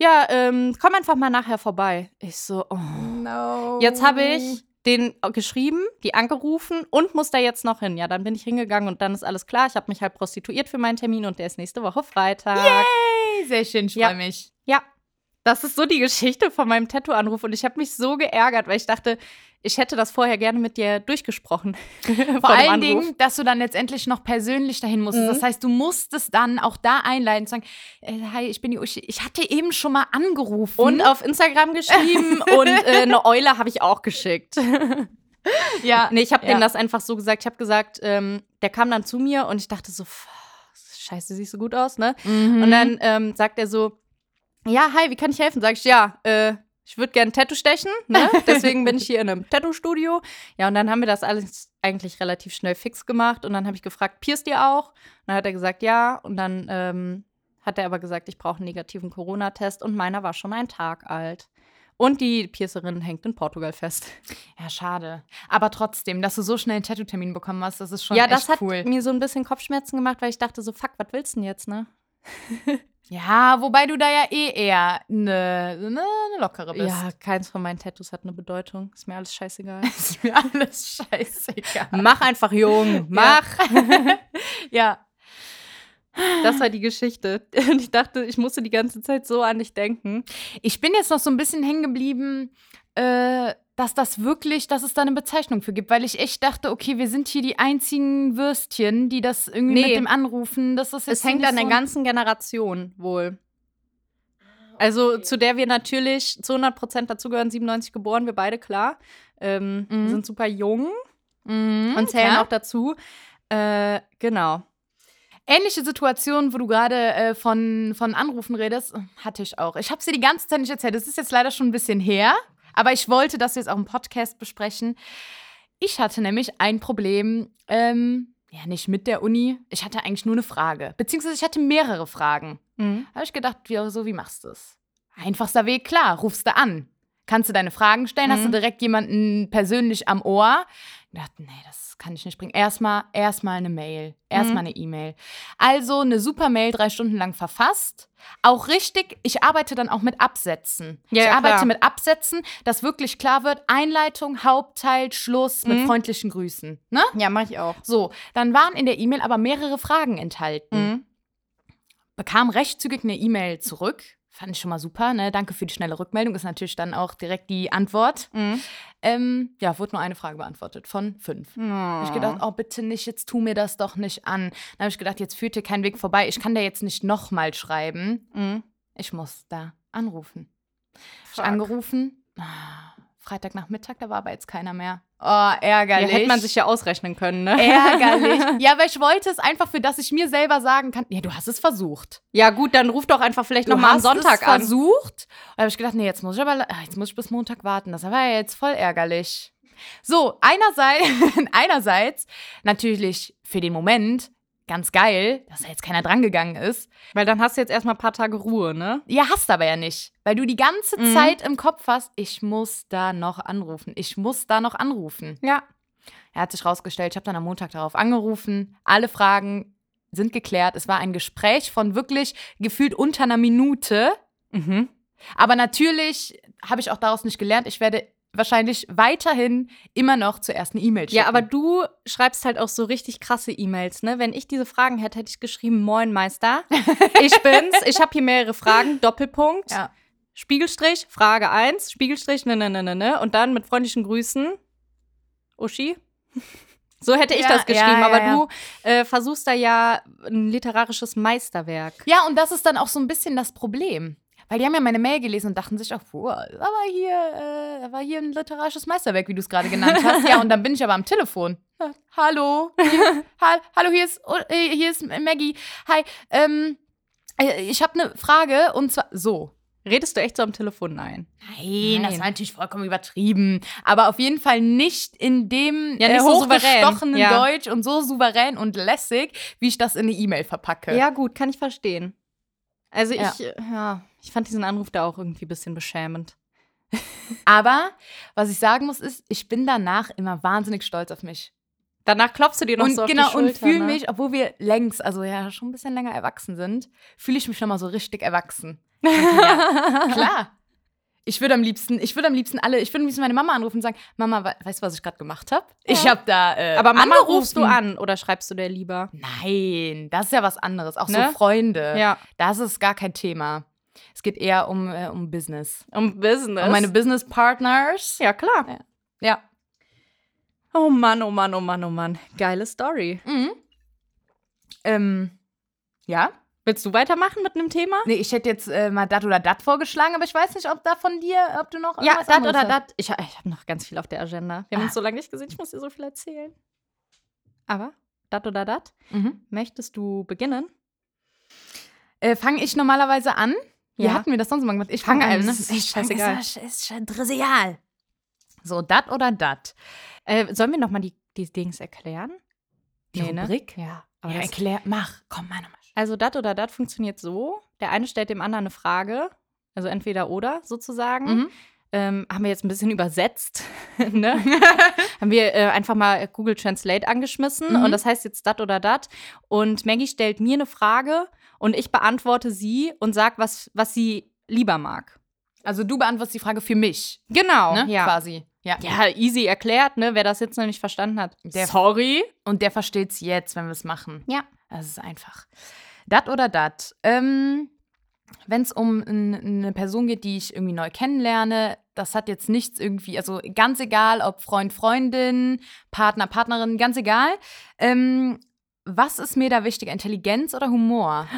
ja, ähm, komm einfach mal nachher vorbei. Ich so, oh.
No.
Jetzt habe
Oh.
ich den geschrieben, die angerufen und muss da jetzt noch hin. Ja, dann bin ich hingegangen und dann ist alles klar. Ich habe mich halt prostituiert für meinen Termin und der ist nächste Woche Freitag.
Yay, sehr schön, ich
Ja.
freue mich.
Ja, das ist so die Geschichte von meinem Tattoo-Anruf und ich habe mich so geärgert, weil ich dachte, ich hätte das vorher gerne mit dir durchgesprochen. [laughs]
Vor allen Dingen, dass du dann letztendlich noch persönlich dahin musstest.
Mhm.
Das heißt, du musstest dann auch da einleiten und sagen, äh, hi, ich bin die Uschi. Ich hatte eben schon mal angerufen.
Und oh, auf Instagram
[laughs]
geschrieben und äh, eine Eule habe ich auch geschickt.
ja,
Nee, ich habe
Ja.
denen das einfach so gesagt. Ich habe gesagt, ähm, der kam dann zu mir und ich dachte so, "Fuck, scheiße, siehst du gut aus, ne?
Mhm.
Und dann ähm, sagt er so, ja, hi, wie kann ich helfen? Sag ich, ja, äh, ich würde gerne ein Tattoo stechen, ne? Deswegen bin ich hier in einem Tattoo-Studio. Ja, und dann haben wir das alles eigentlich relativ schnell fix gemacht. Und dann habe ich gefragt, pierst ihr auch? Und dann hat er gesagt, ja. Und dann ähm, hat er aber gesagt, ich brauche einen negativen Corona-Test. Und meiner war schon ein Tag alt. Und die Piercerin hängt in Portugal fest.
Ja, schade. Aber trotzdem, dass du so schnell einen Tattoo-Termin bekommen hast, das ist schon
ja,
echt
das hat
cool.
mir so ein bisschen Kopfschmerzen gemacht, weil ich dachte so, fuck, was willst du denn jetzt, ne?
Ja, wobei du da ja eh eher eine ne, ne lockere bist. [laughs]
Ja, keins von meinen Tattoos hat eine Bedeutung. Ist mir alles scheißegal.
ist mir alles scheißegal.
Mach einfach jung, mach. [laughs]
Ja.
Das war die Geschichte. [laughs] Und ich dachte, ich musste die ganze Zeit so an dich denken.
Ich bin jetzt noch so ein bisschen hängen geblieben, äh, dass das wirklich, dass es da eine Bezeichnung für gibt, weil ich echt dachte, okay, wir sind hier die einzigen Würstchen, die das irgendwie
Nee.
mit dem Anrufen, dass das jetzt
Es hängt
nicht
an der
so-
ganzen Generation wohl. Also zu der wir natürlich zu 100 Prozent dazugehören, 97 geboren, wir beide, klar. Ähm,
Mhm.
Sind super jung
Mhm,
und zählen
klar.
auch dazu. Äh, genau.
Ähnliche Situation, wo du gerade äh, von, von Anrufen redest, hatte ich auch. Ich habe sie die ganze Zeit nicht erzählt. Das ist jetzt leider schon ein bisschen her, aber ich wollte das jetzt auch im Podcast besprechen. Ich hatte nämlich ein Problem, ähm, ja, nicht mit der Uni. Ich hatte eigentlich nur eine Frage. Beziehungsweise ich hatte mehrere Fragen. Habe ich gedacht, wie, so, wie machst du es? Einfachster Weg, klar, rufst du an. Kannst du deine Fragen stellen, hast du
Mhm.
direkt jemanden persönlich am Ohr. Ich dachte, nee, das kann ich nicht bringen. Erstmal erstmal eine Mail, erstmal
Mhm.
eine E-Mail. Also eine super Mail, drei Stunden lang verfasst. Auch richtig, ich arbeite dann auch mit Absätzen.
Ja,
ich
ja,
arbeite
klar.
mit Absätzen, dass wirklich klar wird, Einleitung, Hauptteil, Schluss mit
Mhm.
freundlichen Grüßen. Ne?
Ja, mache ich auch.
So, dann waren in der E-Mail aber mehrere Fragen enthalten
Mhm.
bekam recht zügig eine E-Mail zurück. Fand ich schon mal super, ne? Danke für die schnelle Rückmeldung. Ist natürlich dann auch direkt die Antwort.
Mhm.
Ähm, ja, wurde nur eine Frage beantwortet von fünf.
Mhm.
Hab Ich gedacht,
Ah.
oh bitte nicht, jetzt tu mir das doch nicht an. Dann habe ich gedacht, jetzt führt hier kein Weg vorbei. Ich kann da jetzt nicht nochmal schreiben.
Mhm.
Ich muss da anrufen. Ich
Fuck.
angerufen. Ah, Freitagnachmittag, da war aber jetzt keiner mehr. Oh, ärgerlich.
Ja, hätte man sich [laughs] ja ausrechnen können, ne?
ärgerlich. Ja, aber ich wollte es einfach für das ich mir selber sagen kann. Ja, du hast es versucht.
Ja, gut, dann ruf doch einfach vielleicht
Du
nochmal am
hast
Sonntag
es
an.
versucht. Und da habe ich gedacht, nee, jetzt muss ich aber le- ah, jetzt muss ich bis Montag warten. Das war ja jetzt voll ärgerlich. So, einerseits, [laughs] einerseits natürlich für den Moment ganz geil, dass da jetzt keiner drangegangen ist.
Weil dann hast du jetzt erstmal ein paar Tage Ruhe, ne?
Ja, hast aber ja nicht, weil du die ganze
Mhm.
Zeit im Kopf hast, ich muss da noch anrufen. Ich muss da noch anrufen.
Ja.
Er hat sich rausgestellt, ich habe dann am Montag darauf angerufen. Alle Fragen sind geklärt. Es war ein Gespräch von wirklich gefühlt unter einer Minute.
Mhm.
Aber natürlich habe ich auch daraus nicht gelernt. Ich werde wahrscheinlich weiterhin immer noch zuerst eine E-Mail schicken.
Ja, aber du schreibst halt auch so richtig krasse E-Mails, ne? Wenn ich diese Fragen hätte, hätte ich geschrieben, moin [laughs] Meister, ich bin's, ich habe hier mehrere Fragen, Doppelpunkt,
Ja.
Spiegelstrich, Frage 1, Spiegelstrich, ne, ne, ne, ne, ne, und dann mit freundlichen Grüßen, Uschi. So hätte ich
Ja,
das geschrieben,
ja, ja,
aber
ja.
du äh, versuchst da ja ein literarisches Meisterwerk.
ja, und das ist dann auch so ein bisschen das Problem. Weil die haben ja meine Mail gelesen und dachten sich auch, boah, aber hier, äh, war hier ein literarisches Meisterwerk, wie du es gerade genannt hast. Ja, und dann bin ich aber am Telefon. [laughs] Ja, Hallo, hier, ha hallo, hier ist, äh, hier ist Maggie. Hi, ähm, äh, ich habe eine Frage und zwar so.
Redest du echt so am Telefon? Nein.
Nein, das
Nein.
war natürlich vollkommen übertrieben. Aber auf jeden Fall nicht in dem
Ja, nicht
äh,
so souverän.
hochgestochenen
Ja.
Deutsch und so souverän und lässig, wie ich das in eine E-Mail verpacke.
Ja, gut, kann ich verstehen. Also
Ja.
ich, äh, ja, ich fand diesen Anruf da auch irgendwie ein bisschen beschämend.
Aber was ich sagen muss, ist, ich bin danach immer wahnsinnig stolz auf mich.
Danach klopfst du dir noch
und
so auf
genau,
die Schulter.
und fühle
ne?
mich, obwohl wir längst, also ja, schon ein bisschen länger erwachsen sind, fühle ich mich nochmal so richtig erwachsen.
[laughs]
Klar. Ich würde am liebsten, ich würde am liebsten alle, ich würde am liebsten meine Mama anrufen und sagen, Mama, we- weißt du, was ich gerade gemacht habe? Ich habe da. Äh,
Aber Mama
angerufen.
rufst du an oder schreibst du der lieber?
Nein, das ist ja was anderes. Auch
Ne?
so Freunde.
Ja,
Das ist gar kein Thema. Es geht eher um, äh, um Business.
um Business.
Um meine Business Partners.
ja, klar.
Ja.
Oh Mann, oh Mann, oh Mann, oh Mann. Geile Story.
Mhm. Ähm, ja.
Willst du weitermachen mit einem Thema?
Nee, ich hätte jetzt äh, mal dat oder dat vorgeschlagen, aber ich weiß nicht, ob da von dir, ob du noch
Ja,
irgendwas
dat
anderes
oder
hast.
dat. Ich, ich habe noch ganz viel auf der Agenda. Wir haben
Ah.
uns so lange nicht gesehen, ich muss dir so viel erzählen. Aber, dat oder dat,
Mhm.
möchtest du beginnen?
Äh, Fange ich normalerweise an? Wie
Ja.
hatten wir das sonst immer gemacht? Ich
Fang
fange an.
an,
Ne?
das ist echt
Ich fang-
scheißegal.
Ist, ist schon trivial. So, dat oder dat?
Äh, sollen wir nochmal die, die Dings erklären?
Die Rubrik?
Ne? Ja, aber
Ja,
das
erklär, mach, komm, mal nochmal.
Also dat oder dat funktioniert so. Der eine stellt dem anderen eine Frage, also entweder oder sozusagen.
Mhm.
Ähm, haben wir jetzt ein bisschen übersetzt, [laughs]
[laughs]
ne? haben wir äh, einfach mal Google Translate angeschmissen
Mhm.
und das heißt jetzt dat oder dat. Und Maggie stellt mir eine Frage und ich beantworte sie und sag, was, was sie lieber mag.
Also du beantwortest die Frage für mich,
Genau,
ne?
ja.
Quasi. Ja.
Ja, easy erklärt, ne? Wer das jetzt noch nicht verstanden hat.
Der-
Sorry.
Und der versteht es jetzt, wenn wir es machen.
Ja.
Das ist einfach. Dat oder dat. Ähm, wenn es um n- eine Person geht, die ich irgendwie neu kennenlerne, das hat jetzt nichts irgendwie, also ganz egal, ob Freund, Freundin, Partner, Partnerin, ganz egal. Ähm, was ist mir da wichtiger, Intelligenz oder Humor?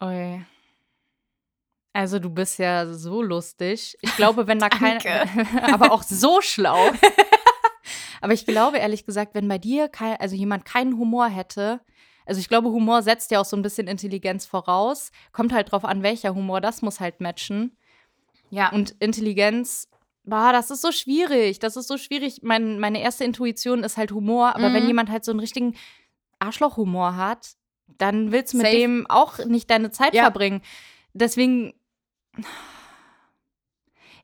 Ui. Also du bist ja so lustig. Ich glaube, wenn da kein, [laughs] aber auch so schlau. aber ich glaube ehrlich gesagt, wenn bei dir kein, also jemand keinen Humor hätte, also ich glaube, Humor setzt ja auch so ein bisschen Intelligenz voraus. Kommt halt drauf an, welcher Humor. Das muss halt matchen.
Ja,
Und Intelligenz, boah, das ist so schwierig. Das ist so schwierig. Mein, meine erste Intuition ist halt Humor. Aber
Mhm.
wenn jemand halt so einen richtigen Arschlochhumor hat, dann willst du mit
Safe.
dem auch nicht deine Zeit
Ja.
verbringen. Deswegen,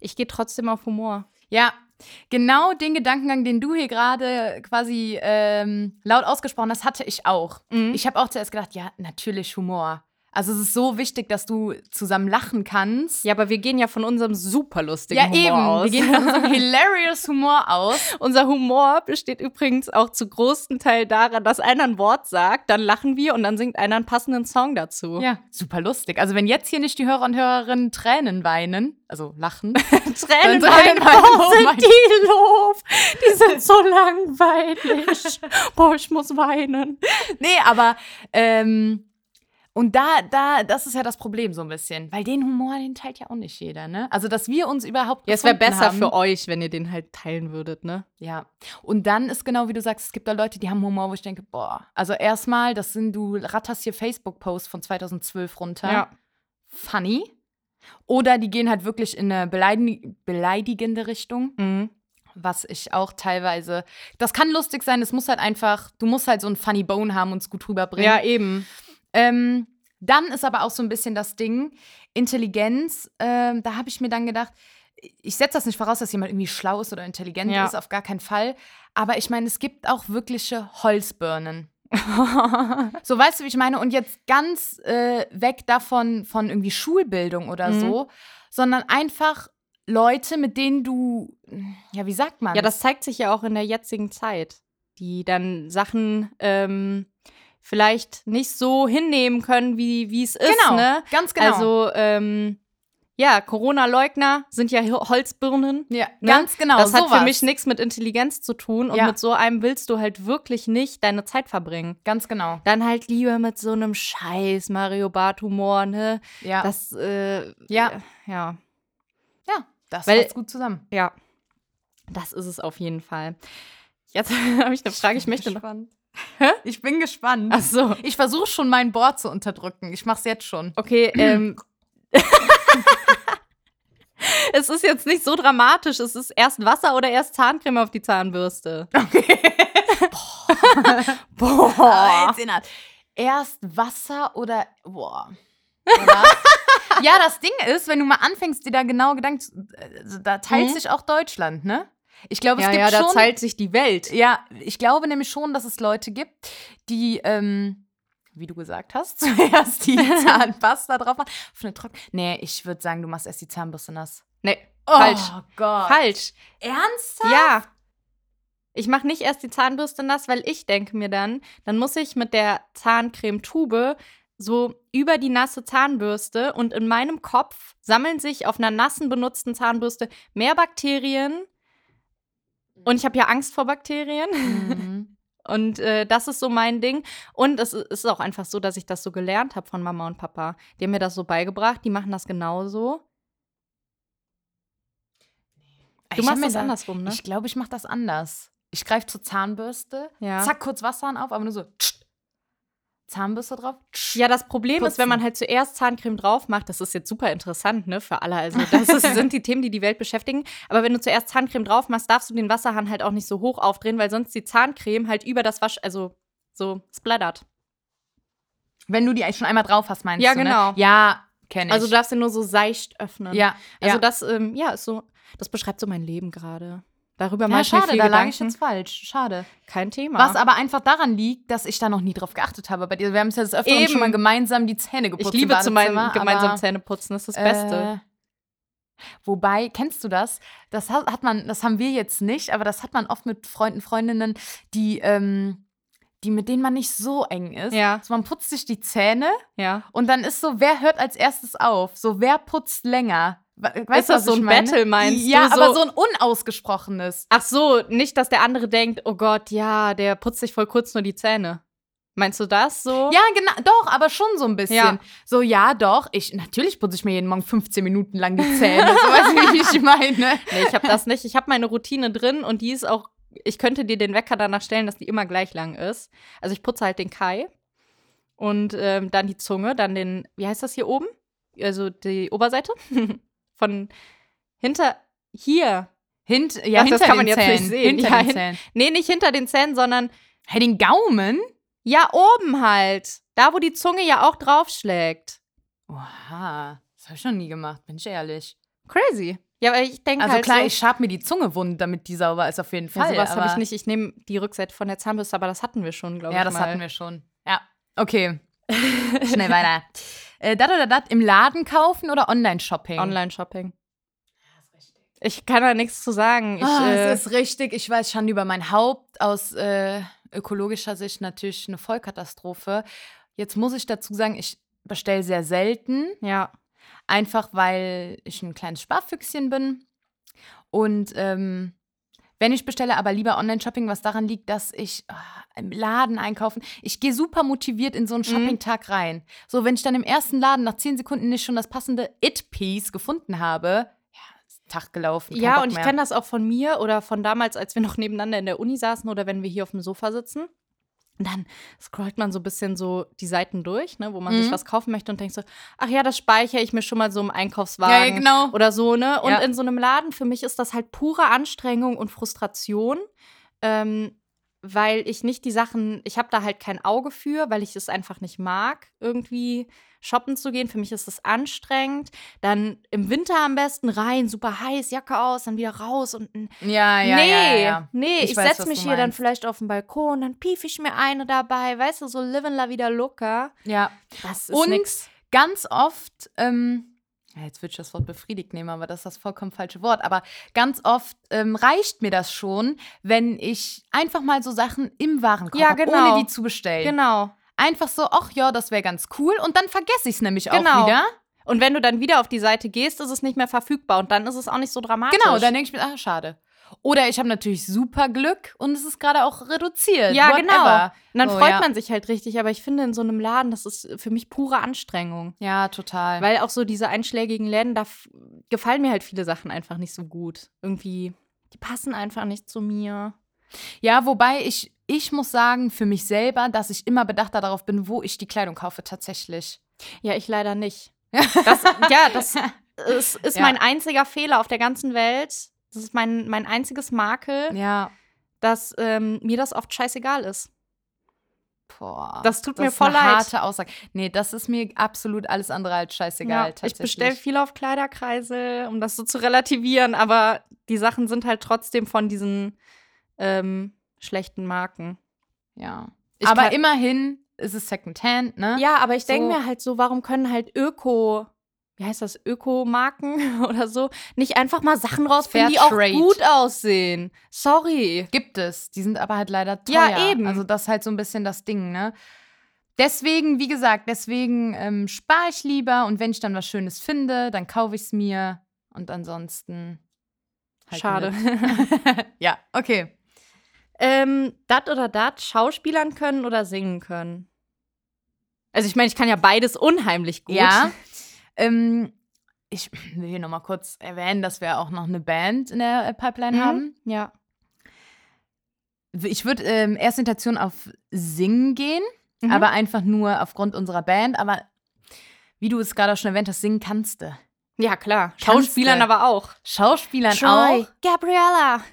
ich gehe trotzdem auf Humor.
ja. Genau den Gedankengang, den du hier gerade quasi ähm, laut ausgesprochen hast, hatte ich auch.
Mhm.
Ich habe auch zuerst gedacht, ja, natürlich Humor. Also es ist so wichtig, dass du zusammen lachen kannst.
ja, aber wir gehen ja von unserem super lustigen
Ja,
Humor
eben.
aus.
Wir gehen
[laughs]
von [laughs] unserem hilarious Humor aus.
Unser Humor besteht übrigens auch zu großen Teil daran, dass einer ein Wort sagt, dann lachen wir und dann singt einer einen passenden Song dazu.
Ja, Oh, super lustig. Also wenn jetzt hier nicht die Hörer und Hörerinnen Tränen weinen, also lachen,
Tränen
Dann Tränen
weinen,
weinen,
wo
oh mein-
sind die Lob? Die sind so [laughs] langweilig. Boah, ich muss weinen.
[laughs] Nee, aber ähm, und da, da, das ist ja das Problem so ein bisschen, weil den Humor, den teilt ja auch nicht jeder, ne? Also, dass wir uns überhaupt.
Ja, es wäre
gefunden
besser
haben.
für euch, wenn ihr den halt teilen würdet, ne?
Ja. Und dann ist genau wie du sagst, es gibt da Leute, die haben Humor, wo ich denke, boah, also erstmal, das sind, du ratterst hier Facebook-Posts von 2012 runter. Funny. Oder die gehen halt wirklich in eine beleidig beleidigende Richtung,
Mhm.
was ich auch teilweise. Das kann lustig sein, es muss halt einfach, du musst halt so ein Funny Bone haben und es gut rüberbringen.
Ja, eben.
Ähm, dann ist aber auch so ein bisschen das Ding, Intelligenz, ähm, da habe ich mir dann gedacht, ich setze das nicht voraus, dass jemand irgendwie schlau ist oder intelligent
Ja.
ist, auf gar keinen Fall. Aber ich meine, es gibt auch wirkliche
[laughs]
Holzbirnen. So, weißt du, wie ich meine? Und jetzt ganz äh, weg davon, von irgendwie Schulbildung oder
Mhm.
so, sondern einfach Leute, mit denen du, ja, wie sagt man?
Ja, das zeigt sich ja auch in der jetzigen Zeit, die dann Sachen ähm, vielleicht nicht so hinnehmen können, wie wie es ist,
genau,
ne?
ganz genau.
Also, ähm, ja, Corona-Leugner sind ja Ho- Holzbirnen.
ja,
ne?
ganz genau.
das hat
sowas.
für mich nichts mit Intelligenz zu tun und
Ja.
mit so einem willst du halt wirklich nicht deine Zeit verbringen.
Ganz genau.
Dann halt lieber mit so einem Scheiß Mario Barth Humor, ne?
Ja, das,
Das äh,
Ja.
ja,
ja, das
Weil-
fasst gut zusammen.
ja. Das ist es auf jeden Fall. Jetzt [laughs] habe ich eine Frage, ich möchte noch.
gespannt. Ich bin gespannt.
Ach so.
Also Ich versuche schon, mein Board zu unterdrücken. Ich mache es jetzt schon.
Okay,
[clears throat]
ähm. [laughs] es ist jetzt nicht so dramatisch. Es ist erst Wasser oder erst Zahncreme auf die Zahnbürste. [laughs] Boah.
Ah, jetzt erinnert. Erst Wasser oder. Boah. Oder? ja, das Ding ist, wenn du mal anfängst, dir da genau Gedanken zu. also Da teilt
Mhm.
sich auch Deutschland, ne? Ich glaube, es
Ja,
gibt
ja, da
schon.
teilt sich die Welt.
ja, ich glaube nämlich schon, dass es Leute gibt, die, ähm, wie du gesagt hast, [laughs] zuerst die Zahnpasta drauf machen. Auf eine Trocken. Nee, ich würde sagen, du machst erst die Zahnbürste nass.
Nee, falsch.
Oh Gott.
Falsch.
Ernsthaft?
Ja. Ich mache nicht erst die Zahnbürste nass, weil ich denke mir dann, dann muss ich mit der Zahncremetube so über die nasse Zahnbürste und in meinem Kopf sammeln sich auf einer nassen benutzten Zahnbürste mehr Bakterien. Und ich habe ja Angst vor Bakterien. [laughs]
Mhm.
Und äh, das ist so mein Ding. Und es i- ist auch einfach so, dass ich das so gelernt habe von Mama und Papa. Die haben mir das so beigebracht, die machen das genauso. Du
Ah, Ich hab
machst
mir
das
da-
andersrum, ne?
Ich glaube, ich mache das anders. Ich greife zur Zahnbürste,
Ja.
zack, kurz Wasser auf, aber nur so. tscht. Zahnbürste drauf. tscht.
Ja, das Problem ist, wenn
Putzen.
man halt zuerst Zahncreme drauf macht, das ist jetzt super interessant, ne, für alle. Also, das
[laughs]
ist, sind die Themen, die die Welt beschäftigen. Aber wenn du zuerst Zahncreme drauf machst, darfst du den Wasserhahn halt auch nicht so hoch aufdrehen, weil sonst die Zahncreme halt über das Wasch, also so splattert.
Wenn du die schon einmal drauf hast, meinst
Ja,
du?
genau.
Ne? Ja, kenne ich.
Also, du darfst den nur so seicht öffnen.
ja,
Also,
ja.
das, ähm, ja, ist so, das beschreibt so mein Leben gerade. Darüber mache
ja,
ich mir
schade,
viel
da lag
Gedanken.
ich jetzt falsch. Schade.
Kein Thema.
Was aber einfach daran liegt, dass ich da noch nie drauf geachtet habe. Bei dir, wir haben es ja des Öfteren
Eben.
schon mal gemeinsam die Zähne
ich
geputzt. im
liebe zu meinem
Badezimmer,
gemeinsamen
aber-
Zähneputzen, das ist das Beste.
Äh, wobei, kennst du das? Das ha- hat man, das haben wir jetzt nicht, aber das hat man oft mit Freunden, Freundinnen, die, ähm, die mit denen man nicht so eng ist.
Ja.
So, man putzt sich die Zähne
Ja.
und dann ist so, wer hört als erstes auf? So, wer putzt länger? We- äh,
Ist
Weißt du,
das
was
so
ich
ein
meine?
Battle, meinst du?
ja, Ja,
So-
aber so ein unausgesprochenes.
Ach so, nicht, dass der andere denkt, oh Gott, ja, der putzt sich voll kurz nur die Zähne. Meinst du das so?
Ja, genau, doch, aber schon so ein bisschen.
Ja.
So, ja, doch, ich, natürlich putze ich mir jeden Morgen 15 Minuten lang die Zähne. so, weißt du, wie ich
[laughs]
meine?
Nee, ich habe das nicht. Ich habe meine Routine drin und die ist auch, ich könnte dir den Wecker danach stellen, dass die immer gleich lang ist. Also ich putze halt den Kai und ähm, dann die Zunge, dann den, wie heißt das hier oben? Also die Oberseite [laughs] von hinter hier.
Hint, ja,
Ach, das
hinter
kann man
den
jetzt
Zähnen.
nicht sehen.
Hinter
Ja,
den
hin-
Zähnen.
Nee, nicht hinter den Zähnen, sondern
Hey, den Gaumen?
ja oben halt. Da, wo die Zunge ja auch draufschlägt.
Oha, das habe ich noch nie gemacht, bin ich ehrlich.
Crazy. Ja, aber ich denke
Also
halt
klar,
so,
ich schab mir die Zunge wund, damit die sauber ist, auf jeden
ja,
Fall.
sowas habe ich
aber-
nicht. Ich nehme die Rückseite von der Zahnbürste, aber das hatten wir schon, glaube ich.
Ja, das
mal.
hatten wir schon. Ja, okay. [laughs] Schnell weiter. Äh, dat oder dat im Laden kaufen oder Online-Shopping?
Online-Shopping. Ich kann da nichts zu sagen. Ich,
Ah,
äh,
es ist richtig, ich weiß schon über mein Haupt. Aus äh, ökologischer Sicht natürlich eine Vollkatastrophe. Jetzt muss ich dazu sagen, ich bestelle sehr selten,
ja,
einfach weil ich ein kleines Sparfüchschen bin. Und ähm, wenn ich bestelle, aber lieber Online-Shopping, was daran liegt, dass ich ah, im Laden einkaufen. Ich gehe super motiviert in so
Mhm.
einen Shopping-Tag rein. So, wenn ich dann im ersten Laden nach zehn Sekunden nicht schon das passende It-Piece gefunden habe, ja, ist Tag gelaufen. kein
ja
Bock
und ich
mehr.
kenne das auch von mir oder von damals, als wir noch nebeneinander in der Uni saßen oder wenn wir hier auf dem Sofa sitzen. Und dann scrollt man so ein bisschen so die Seiten durch, ne, wo man sich
Mhm.
was kaufen möchte und denkt so, ach ja, das speichere ich mir schon mal so im Einkaufswagen.
Ja, genau.
Oder so, ne? Und
Ja.
in so einem Laden, für mich ist das halt pure Anstrengung und Frustration, ähm, weil ich nicht die Sachen, ich habe da halt kein Auge für, weil ich es einfach nicht mag, irgendwie shoppen zu gehen. Für mich ist das anstrengend. Dann im Winter am besten rein, super heiß, Jacke aus, dann wieder raus und ein
Ja, ja,
nee,
ja, ja, ja.
nee,
Ich
ich,
weiß,
setze
was
mich
du
hier dann
meinst.
vielleicht auf den Balkon, dann pief ich mir eine dabei, weißt du, so live and la vida locker.
Ja.
Das ist
Und
nix.
ganz oft, ähm, ja, jetzt würde ich das Wort befriedigt nehmen, aber das ist das vollkommen falsche Wort. Aber ganz oft ähm, reicht mir das schon, wenn ich einfach mal so Sachen im Warenkorb
Ja,
hab,
genau.
ohne die zu bestellen.
Genau.
Einfach so, ach ja, das wäre ganz cool. Und dann vergesse ich es nämlich auch
Genau.
wieder.
Und wenn du dann wieder auf die Seite gehst, ist es nicht mehr verfügbar und dann ist es auch nicht so dramatisch.
Genau, dann denke ich mir, ach, schade. Oder ich habe natürlich super Glück und es ist gerade auch reduziert.
ja,
whatever.
genau. Und dann
So,
freut
Oh, ja.
man sich halt richtig, aber ich finde in so einem Laden, das ist für mich pure Anstrengung.
Ja, total.
Weil auch so diese einschlägigen Läden, da f- gefallen mir halt viele Sachen einfach nicht so gut. Irgendwie, die passen einfach nicht zu mir.
Ja, wobei ich, ich muss sagen, für mich selber, dass ich immer bedachter darauf bin, wo ich die Kleidung kaufe tatsächlich.
Ja, ich leider nicht.
[laughs]
Das, ja, das ist, ist
Ja.
mein einziger Fehler auf der ganzen Welt. Das ist mein, mein einziges Makel,
Ja.
dass ähm, mir das oft scheißegal ist.
Boah.
Das tut mir
ist
voll
eine
leid.
harte Aussage. Nee, das ist mir absolut alles andere als scheißegal.
ja, ich
tatsächlich.
bestelle viel auf Kleiderkreisel, um das so zu relativieren, aber die Sachen sind halt trotzdem von diesen ähm, schlechten Marken.
Ja.
Ich
Aber
kann-
immerhin ist es Secondhand, ne?
Ja, aber ich
So.
denke mir halt so, warum können halt Öko, wie heißt das, Ökomarken [laughs] oder so, nicht einfach mal Sachen rausfinden, die auch
Fairtrade.
gut aussehen. Sorry.
Gibt es. Die sind aber halt leider teuer.
Ja, eben.
Also das ist halt so ein bisschen das Ding, ne? Deswegen, wie gesagt, deswegen ähm, spare ich lieber und wenn ich dann was Schönes finde, dann kaufe ich es mir und ansonsten. halt
Schade.
nicht. [laughs] ja, okay.
Ähm, dat oder dat schauspielern können oder singen können? Also ich meine, ich kann ja beides unheimlich gut.
Ja. Ähm, ich will hier nochmal kurz erwähnen, dass wir auch noch eine Band in der äh, Pipeline
Mhm.
haben.
Ja.
Ich würde ähm, erste Intention auf Singen gehen,
Mhm.
aber einfach nur aufgrund unserer Band. Aber wie du es gerade auch schon erwähnt hast, singen kannst du.
Ja, klar.
Kannst
Schauspielern
du.
aber auch.
Schauspielern auch.
Gabriella.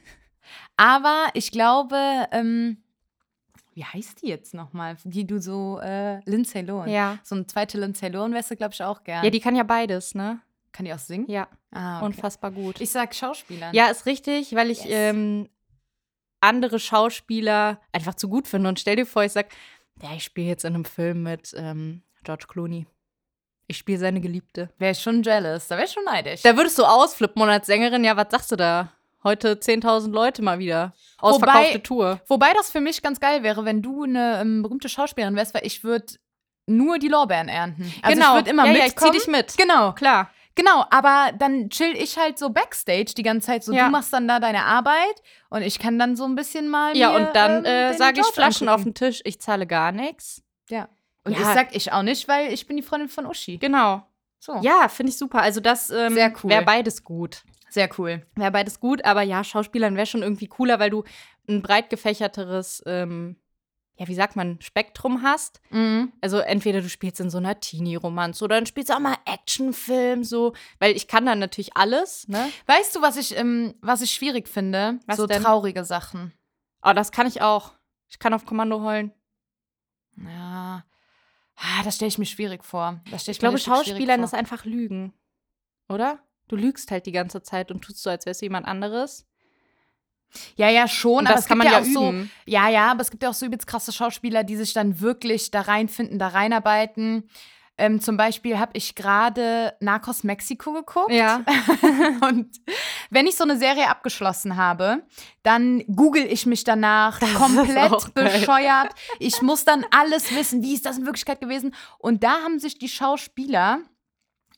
Aber ich glaube, ähm, wie heißt die jetzt nochmal? Die du so, äh, Lindsay Lohan.
Ja.
So eine zweite Lindsay Lohan wärst du, glaube ich, auch gern.
Ja, die kann ja beides, ne?
kann die auch singen?
Ja,
Ah, okay.
unfassbar gut.
Ich sag Schauspielern.
ja, ist richtig, weil ich
Yes.
ähm, andere Schauspieler einfach zu gut finde. Und stell dir vor, ich sag, ja, ich spiele jetzt in einem Film mit ähm, George Clooney. Ich spiele seine Geliebte.
Wäre ich schon jealous. Da wäre ich schon neidisch.
Da würdest du ausflippen und als Sängerin, ja, was sagst du da? Heute 10.000 Leute mal wieder. Ausverkaufte
Wobei-
Tour.
Wobei das für mich ganz geil wäre, wenn du eine ähm, berühmte Schauspielerin wärst, weil ich würde nur die Lorbeeren ernten. Also
genau.
ich würde immer
ja, ja, ich zieh
mitkommen.
dich mit.
Genau,
Klar.
genau. Aber dann chill ich halt so backstage die ganze Zeit. So
Ja.
du machst dann da deine Arbeit und ich kann dann so ein bisschen mal.
Ja,
mir,
und dann
ähm,
äh, sage ich Flaschen auf den
den.
Tisch, ich zahle gar nichts.
Ja. Und
Ja.
ich sag ich auch nicht, weil ich bin die Freundin von Uschi.
Genau.
So.
Ja, finde ich super. Also das ähm,
Sehr cool.
wäre beides gut.
Sehr cool.
Wäre beides gut, aber ja, Schauspielern wäre schon irgendwie cooler, weil du ein breit gefächerteres, ähm, ja, wie sagt man, Spektrum hast.
Mhm.
Also entweder du spielst in so einer Teenie-Romanze oder dann spielst du auch mal Actionfilm, so, weil ich kann dann natürlich alles, ne?
Weißt du, was ich, ähm, was ich schwierig finde?
Was
so
denn?
traurige Sachen.
Aber das kann ich auch. Ich kann auf Kommando heulen.
Ja. Ah, das stelle ich mir schwierig vor. Das stell
Ich glaube,
mir richtig schwierig
Schauspielern
vor.
ist einfach Lügen, oder? du lügst halt die ganze Zeit und tust so, als wärst du jemand anderes.
Ja, ja, schon,
Und
aber
das
es
kann
gibt
man
ja,
ja
auch
üben.
so, ja, ja, aber es gibt ja auch so übelst krasse Schauspieler, die sich dann wirklich da reinfinden, da reinarbeiten. Ähm, zum Beispiel habe ich gerade Narcos Mexiko geguckt.
Ja.
[laughs] Und wenn ich so eine Serie abgeschlossen habe, dann google ich mich danach
auch
komplett
geil.
bescheuert. Ich muss dann alles wissen, wie ist das in Wirklichkeit gewesen. Und da haben sich die Schauspieler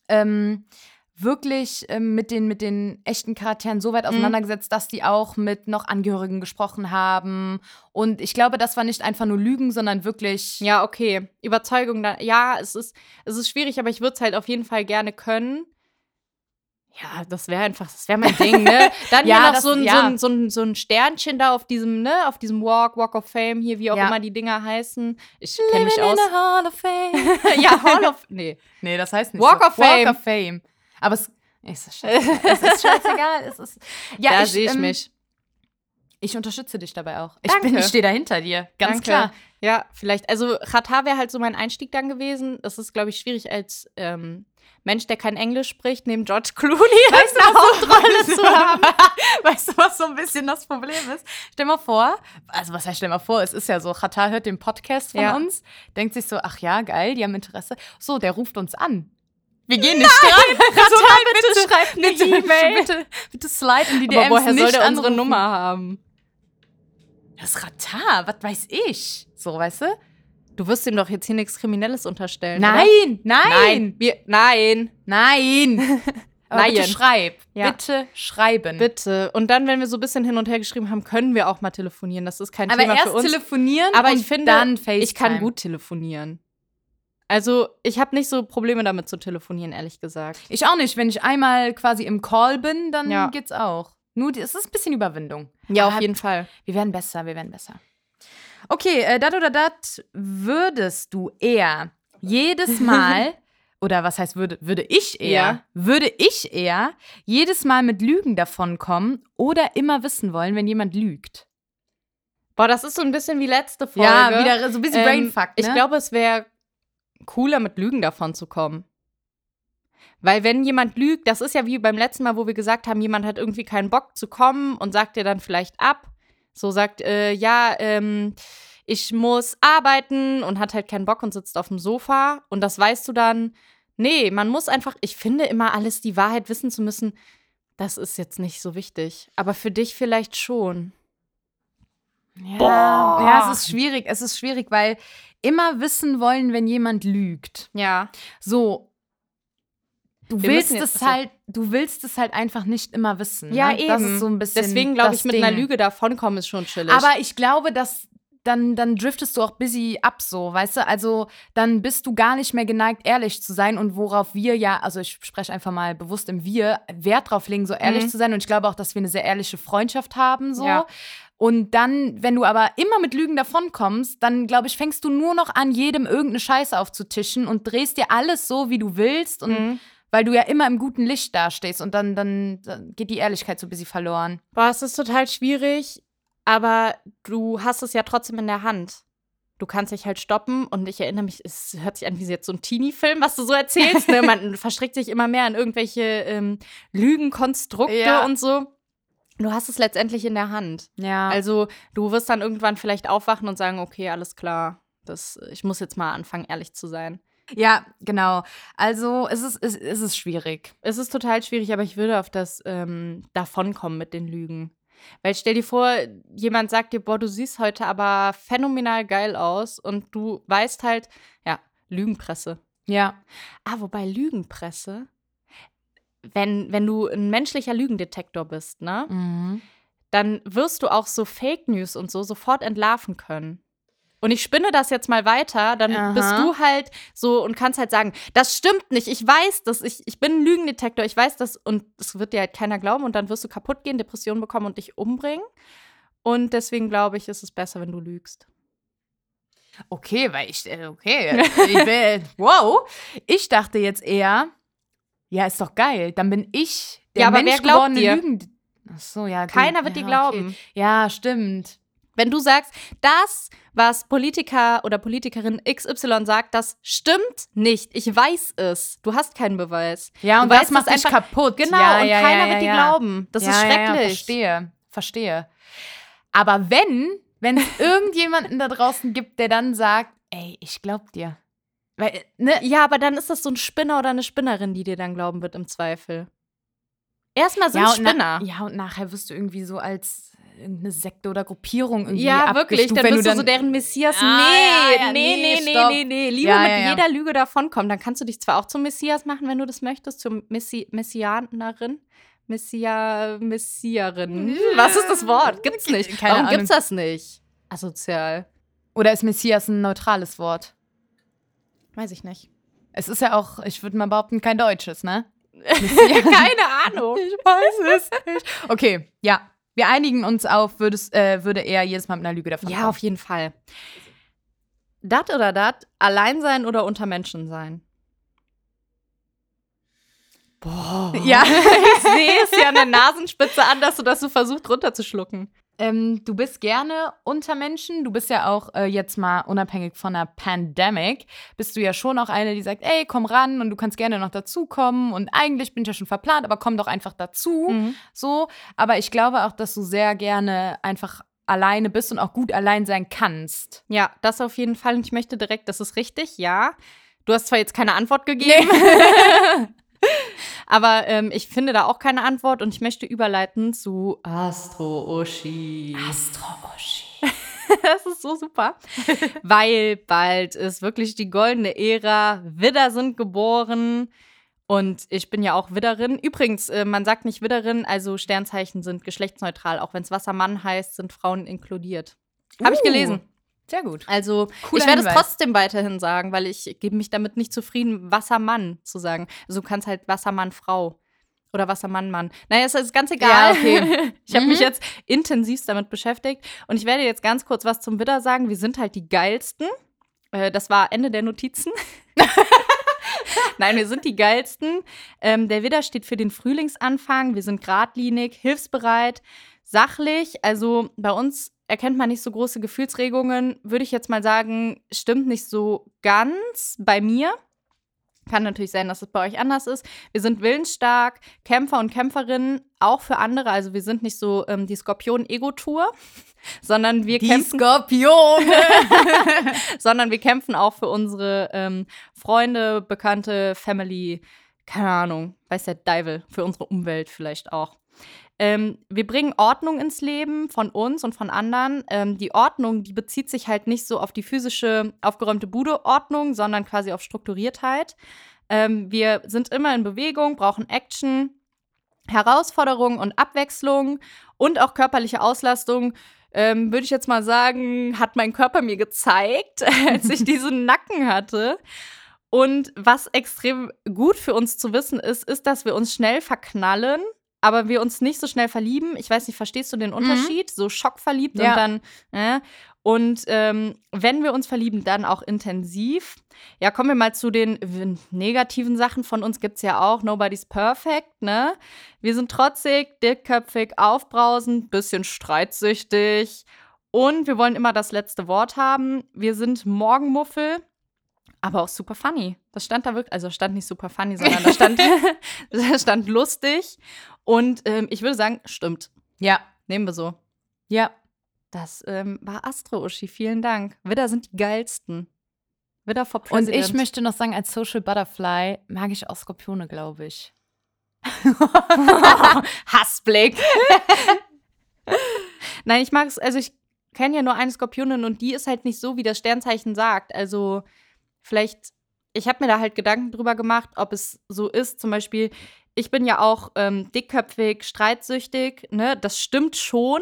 ähm, wirklich ähm, mit, den, mit den echten Charakteren
Mhm.
so weit auseinandergesetzt, dass die auch mit noch Angehörigen gesprochen haben. Und ich glaube, das war nicht einfach nur Lügen, sondern wirklich.
Ja, okay. Überzeugung, da, ja, es ist, es ist schwierig, aber ich würde es halt auf jeden Fall gerne können. Ja, das wäre einfach, das wäre mein Ding,
[laughs]
ne? Dann
Ja,
hier noch
das-
so, ein,
ja.
so, ein, so, ein, so ein Sternchen da auf diesem, ne, auf diesem Walk, Walk of Fame, hier, wie auch
Ja.
immer die Dinger heißen. Ich kenne mich aus.
Hall of
[laughs]
Fame.
ja, Hall of. Nee.
[laughs] Nee, das heißt nicht.
Walk
so.
of Fame.
Walk of Fame. Aber es es
[laughs]
ist scheißegal. es ist scheißegal. Es ist, [laughs] ja,
da sehe ich
ähm,
mich.
Ich unterstütze dich dabei auch.
Danke.
Ich, bin- ich stehe da hinter dir. Ganz
Danke.
klar.
Ja, vielleicht. Also Ratar wäre halt so mein Einstieg dann gewesen. Das ist, glaube ich, schwierig als ähm, Mensch, der kein Englisch spricht, neben George Clooney weißt eine Hauptrolle zu haben.
[laughs] Weißt du, was so ein bisschen das Problem ist? Stell mal vor, also was heißt stell mal vor, es ist ja so, Katar hört den Podcast von
Ja.
uns, denkt sich so, ach ja, geil, die haben Interesse. So, der ruft uns an.
[laughs]
Wir gehen nicht dran. Katar, bitte, schreibt eine bitte,
E-Mail.
Bitte, bitte slide in die DMs
Aber woher soll
nicht
der unsere
anrufen.
Nummer haben?
Das ist Ratar, was weiß ich? So, weißt du?
Du wirst ihm doch jetzt hier nichts Kriminelles unterstellen. Oder?
Nein,
Nein.
nein,
Wir, nein. [laughs]
nein. Aber bitte
Nein.
schreib.
Ja.
Bitte schreiben.
Bitte. Und dann, wenn wir so ein bisschen hin und her geschrieben haben, können wir auch mal telefonieren. Das ist kein
Aber
Thema für
erst
uns.
telefonieren
Aber
und
ich finde,
dann FaceTime.
ich kann gut telefonieren. Also, ich habe nicht so Probleme damit zu telefonieren, ehrlich gesagt.
Ich auch nicht. Wenn ich einmal quasi im Call bin, dann
Ja.
geht's auch. Nur, die- es ist ein bisschen Überwindung.
Ja, auf
Aber
jeden Fall.
Wir werden besser, wir werden besser. Okay, äh, dat oder dat würdest du eher
[laughs]
jedes Mal, oder was heißt würde, würde ich eher,
Ja.
würde ich eher jedes Mal mit Lügen davonkommen oder immer wissen wollen, wenn jemand lügt?
Boah, das ist so ein bisschen wie letzte Folge.
Ja, wieder so ein bisschen
Ähm,
Brainfuck, ne?
Ich glaube, es wäre cooler, mit Lügen davon zu kommen. Weil wenn jemand lügt, das ist ja wie beim letzten Mal, wo wir gesagt haben, jemand hat irgendwie keinen Bock zu kommen und sagt dir dann vielleicht ab. So sagt, äh, ja, ähm, ich muss arbeiten und hat halt keinen Bock und sitzt auf dem Sofa. Und das weißt du dann. Nee, man muss einfach, ich finde immer alles die Wahrheit wissen zu müssen, das ist jetzt nicht so wichtig. Aber für dich vielleicht schon.
ja, ja, es ist schwierig, es ist schwierig, weil immer wissen wollen, wenn jemand lügt.
Ja.
So. Du
Wir
willst
müssen jetzt-
es
achso.
halt, du willst es halt einfach nicht immer wissen.
Ja,
ne? Das
eben.
ist so ein bisschen.
Deswegen glaube
das
ich, mit
Ding.
einer Lüge davonkommen ist schon chillig.
Aber ich glaube, dass dann, dann driftest du auch busy ab, so, weißt du? Also dann bist du gar nicht mehr geneigt, ehrlich zu sein und worauf wir ja, also ich spreche einfach mal bewusst im Wir, Wert drauf legen, so ehrlich
Mhm.
zu sein. Und ich glaube auch, dass wir eine sehr ehrliche Freundschaft haben, so.
Ja.
Und dann, wenn du aber immer mit Lügen davonkommst, dann glaube ich, fängst du nur noch an, jedem irgendeine Scheiße aufzutischen und drehst dir alles so, wie du willst. Und
Mhm.
weil du ja immer im guten Licht dastehst und dann, dann, dann geht die Ehrlichkeit so ein bisschen verloren.
Boah, es ist total schwierig, aber du hast es ja trotzdem in der Hand. Du kannst dich halt stoppen und ich erinnere mich, es hört sich an wie jetzt so ein Teenie-Film, was du so erzählst.
[laughs]
Ne? Man verstrickt sich immer mehr in irgendwelche ähm, Lügenkonstrukte
Ja.
und so. Du hast es letztendlich in der Hand.
Ja.
Also du wirst dann irgendwann vielleicht aufwachen und sagen, okay, alles klar, das, ich muss jetzt mal anfangen, ehrlich zu sein.
Ja, genau. Also es ist, es, es ist schwierig.
Es ist total schwierig, aber ich würde auf das ähm, Davonkommen mit den Lügen. Weil stell dir vor, jemand sagt dir, boah, du siehst heute aber phänomenal geil aus und du weißt halt, ja, Lügenpresse.
Ja.
Ah, wobei Lügenpresse, wenn, wenn du ein menschlicher Lügendetektor bist, ne,
Mhm.
dann wirst du auch so Fake News und so sofort entlarven können. Und ich spinne das jetzt mal weiter, dann
Aha.
bist du halt so und kannst halt sagen, das stimmt nicht, ich weiß das, ich, ich bin ein Lügendetektor, ich weiß das und es wird dir halt keiner glauben und dann wirst du kaputt gehen, Depressionen bekommen und dich umbringen. Und deswegen glaube ich, ist es besser, wenn du lügst.
Okay, weil ich, äh,
[laughs]
okay. Ich bin, wow. Ich dachte jetzt eher, ja, ist doch geil. Dann bin ich der
Ja, aber
Mensch
wer glaubt
gewordene
dir?
Lügen. Ach so, ja. gut.
Keiner wird
ja,
dir
okay.
glauben.
Ja, stimmt.
Wenn du sagst, das was Politiker oder Politikerin XY sagt, das stimmt nicht. Ich weiß es. Du hast keinen Beweis.
Ja,
Du
und
weißt
das macht
es
dich
einfach-
kaputt.
Genau,
ja,
und
ja,
keiner
ja,
wird
ja,
dir
ja.
glauben. Das ist
Ja, ja, Ja,
schrecklich.
verstehe, verstehe. Aber wenn, wenn
[laughs]
es irgendjemanden da draußen gibt, der dann sagt, ey, ich glaub dir. Weil, ne?
Ja, aber dann ist das so ein Spinner oder eine Spinnerin, die dir dann glauben wird im Zweifel. Erstmal sind
und na-
Spinner.
ja, und nachher wirst du irgendwie so als irgendeine Sekte oder Gruppierung irgendwie
Ja, wirklich.
abgestuft,
Dann
wenn
bist du,
dann
so deren Messias.
Ja,
nee,
ja, ja,
nee,
nee,
nee, nee,
stopp.
nee, nee. Lieber
Ja,
mit
ja, ja.
jeder Lüge davonkommen. Dann kannst du dich zwar auch zum Messias machen, wenn du das möchtest, zur Messi Messianerin. Messia, Messierin. Was ist das Wort? Gibt's nicht.
Keine
Warum
Ahnung.
gibt's das nicht? Asozial.
Oder ist Messias ein neutrales Wort?
Weiß ich nicht.
Es ist ja auch, ich würde mal behaupten, kein deutsches, ne?
Keine
[laughs]
Ahnung.
Ich weiß es nicht. Okay, ja. Wir einigen uns auf, würdest, äh, würde er jedes Mal mit einer Lüge davon
Ja, auf jeden Fall. Dat oder dat, allein sein oder unter Menschen sein? Boah. [laughs]
Ja.
ich sehe es ja an der Nasenspitze an, dass du das so versucht runterzuschlucken.
Ähm, du bist gerne unter Menschen. Du bist ja auch äh, jetzt mal unabhängig von der Pandemic, bist du ja schon auch eine, die sagt, ey, komm ran und du kannst gerne noch dazukommen. Und eigentlich bin ich ja schon verplant, aber komm doch einfach dazu. So. Aber ich glaube auch, dass du sehr gerne einfach alleine bist und auch gut allein sein kannst.
Ja, das auf jeden Fall. Und ich möchte direkt, das ist richtig, ja. Du hast zwar jetzt keine Antwort [laughs] gegeben. Aber ähm, ich finde da auch keine Antwort und ich möchte überleiten zu äh, Astro-Oshi.
Astrologie.
[laughs] Das ist so super. Weil bald ist wirklich die goldene Ära. Widder sind geboren. Und ich bin ja auch Widderin. Übrigens, äh, man sagt nicht Widderin, also Sternzeichen sind geschlechtsneutral. Auch wenn es Wassermann heißt, sind Frauen inkludiert. Habe ich
Uh.
gelesen.
Sehr gut.
Also,
Cooler
ich werde es
Hinweis.
trotzdem weiterhin sagen, weil ich gebe mich damit nicht zufrieden, Wassermann zu sagen. Also, du kannst halt Wassermann-Frau oder Wassermann-Mann. Naja, es ist ganz egal.
Ja,
[laughs]
okay.
Ich habe
Mhm.
mich jetzt intensivst damit beschäftigt und ich werde jetzt ganz kurz was zum Widder sagen. Wir sind halt die geilsten. Äh, das war Ende der Notizen. [laughs] Nein, wir sind die geilsten. Ähm, der Widder steht für den Frühlingsanfang. Wir sind geradlinig, hilfsbereit, sachlich. Also bei uns erkennt man nicht so große Gefühlsregungen. Würde ich jetzt mal sagen, stimmt nicht so ganz bei mir. Kann natürlich sein, dass es bei euch anders ist. Wir sind willensstark, Kämpfer und Kämpferinnen, auch für andere. Also wir sind nicht so ähm, die Skorpion-Ego-Tour, [laughs] sondern wir
Die
kämpfen
Skorpione.
[laughs] sondern wir kämpfen auch für unsere ähm, Freunde, Bekannte, Family, keine Ahnung, weiß der Deivel, für unsere Umwelt vielleicht auch. Ähm, wir bringen Ordnung ins Leben von uns und von anderen. Ähm, die Ordnung, die bezieht sich halt nicht so auf die physische, aufgeräumte Bude-Ordnung, sondern quasi auf Strukturiertheit. Ähm, wir sind immer in Bewegung, brauchen Action, Herausforderungen und Abwechslung und auch körperliche Auslastung. Ähm, Würde ich jetzt mal sagen, hat mein Körper mir gezeigt, [laughs] als ich diesen Nacken hatte. Und was extrem gut für uns zu wissen ist, ist, dass wir uns schnell verknallen, aber wir uns nicht so schnell verlieben. Ich weiß nicht, verstehst du den Unterschied? So schockverliebt
Ja.
und dann. Äh. Und ähm, wenn wir uns verlieben, dann auch intensiv. Ja, kommen wir mal zu den w- negativen Sachen von uns. Gibt es ja auch. Nobody's perfect, ne? Wir sind trotzig, dickköpfig, aufbrausend, bisschen streitsüchtig. Und wir wollen immer das letzte Wort haben. Wir sind Morgenmuffel, aber auch super funny. Das stand da wirklich, also stand nicht super funny, sondern da stand, [laughs] da stand lustig. Und ähm, ich würde sagen, stimmt.
ja,
Nehmen wir so.
ja.
Das ähm, war Astro-Uschi. Vielen Dank. Widder sind die geilsten. Widder for
Und
President.
ich möchte noch sagen, als Social Butterfly mag ich auch Skorpione, glaube [laughs] ich.
Hassblick. Nein, ich mag es, also ich kenne ja nur eine Skorpionin und die ist halt nicht so, wie das Sternzeichen sagt. Also vielleicht, ich habe mir da halt Gedanken drüber gemacht, ob es so ist. Zum Beispiel, ich bin ja auch ähm, dickköpfig, streitsüchtig, ne? Das stimmt schon.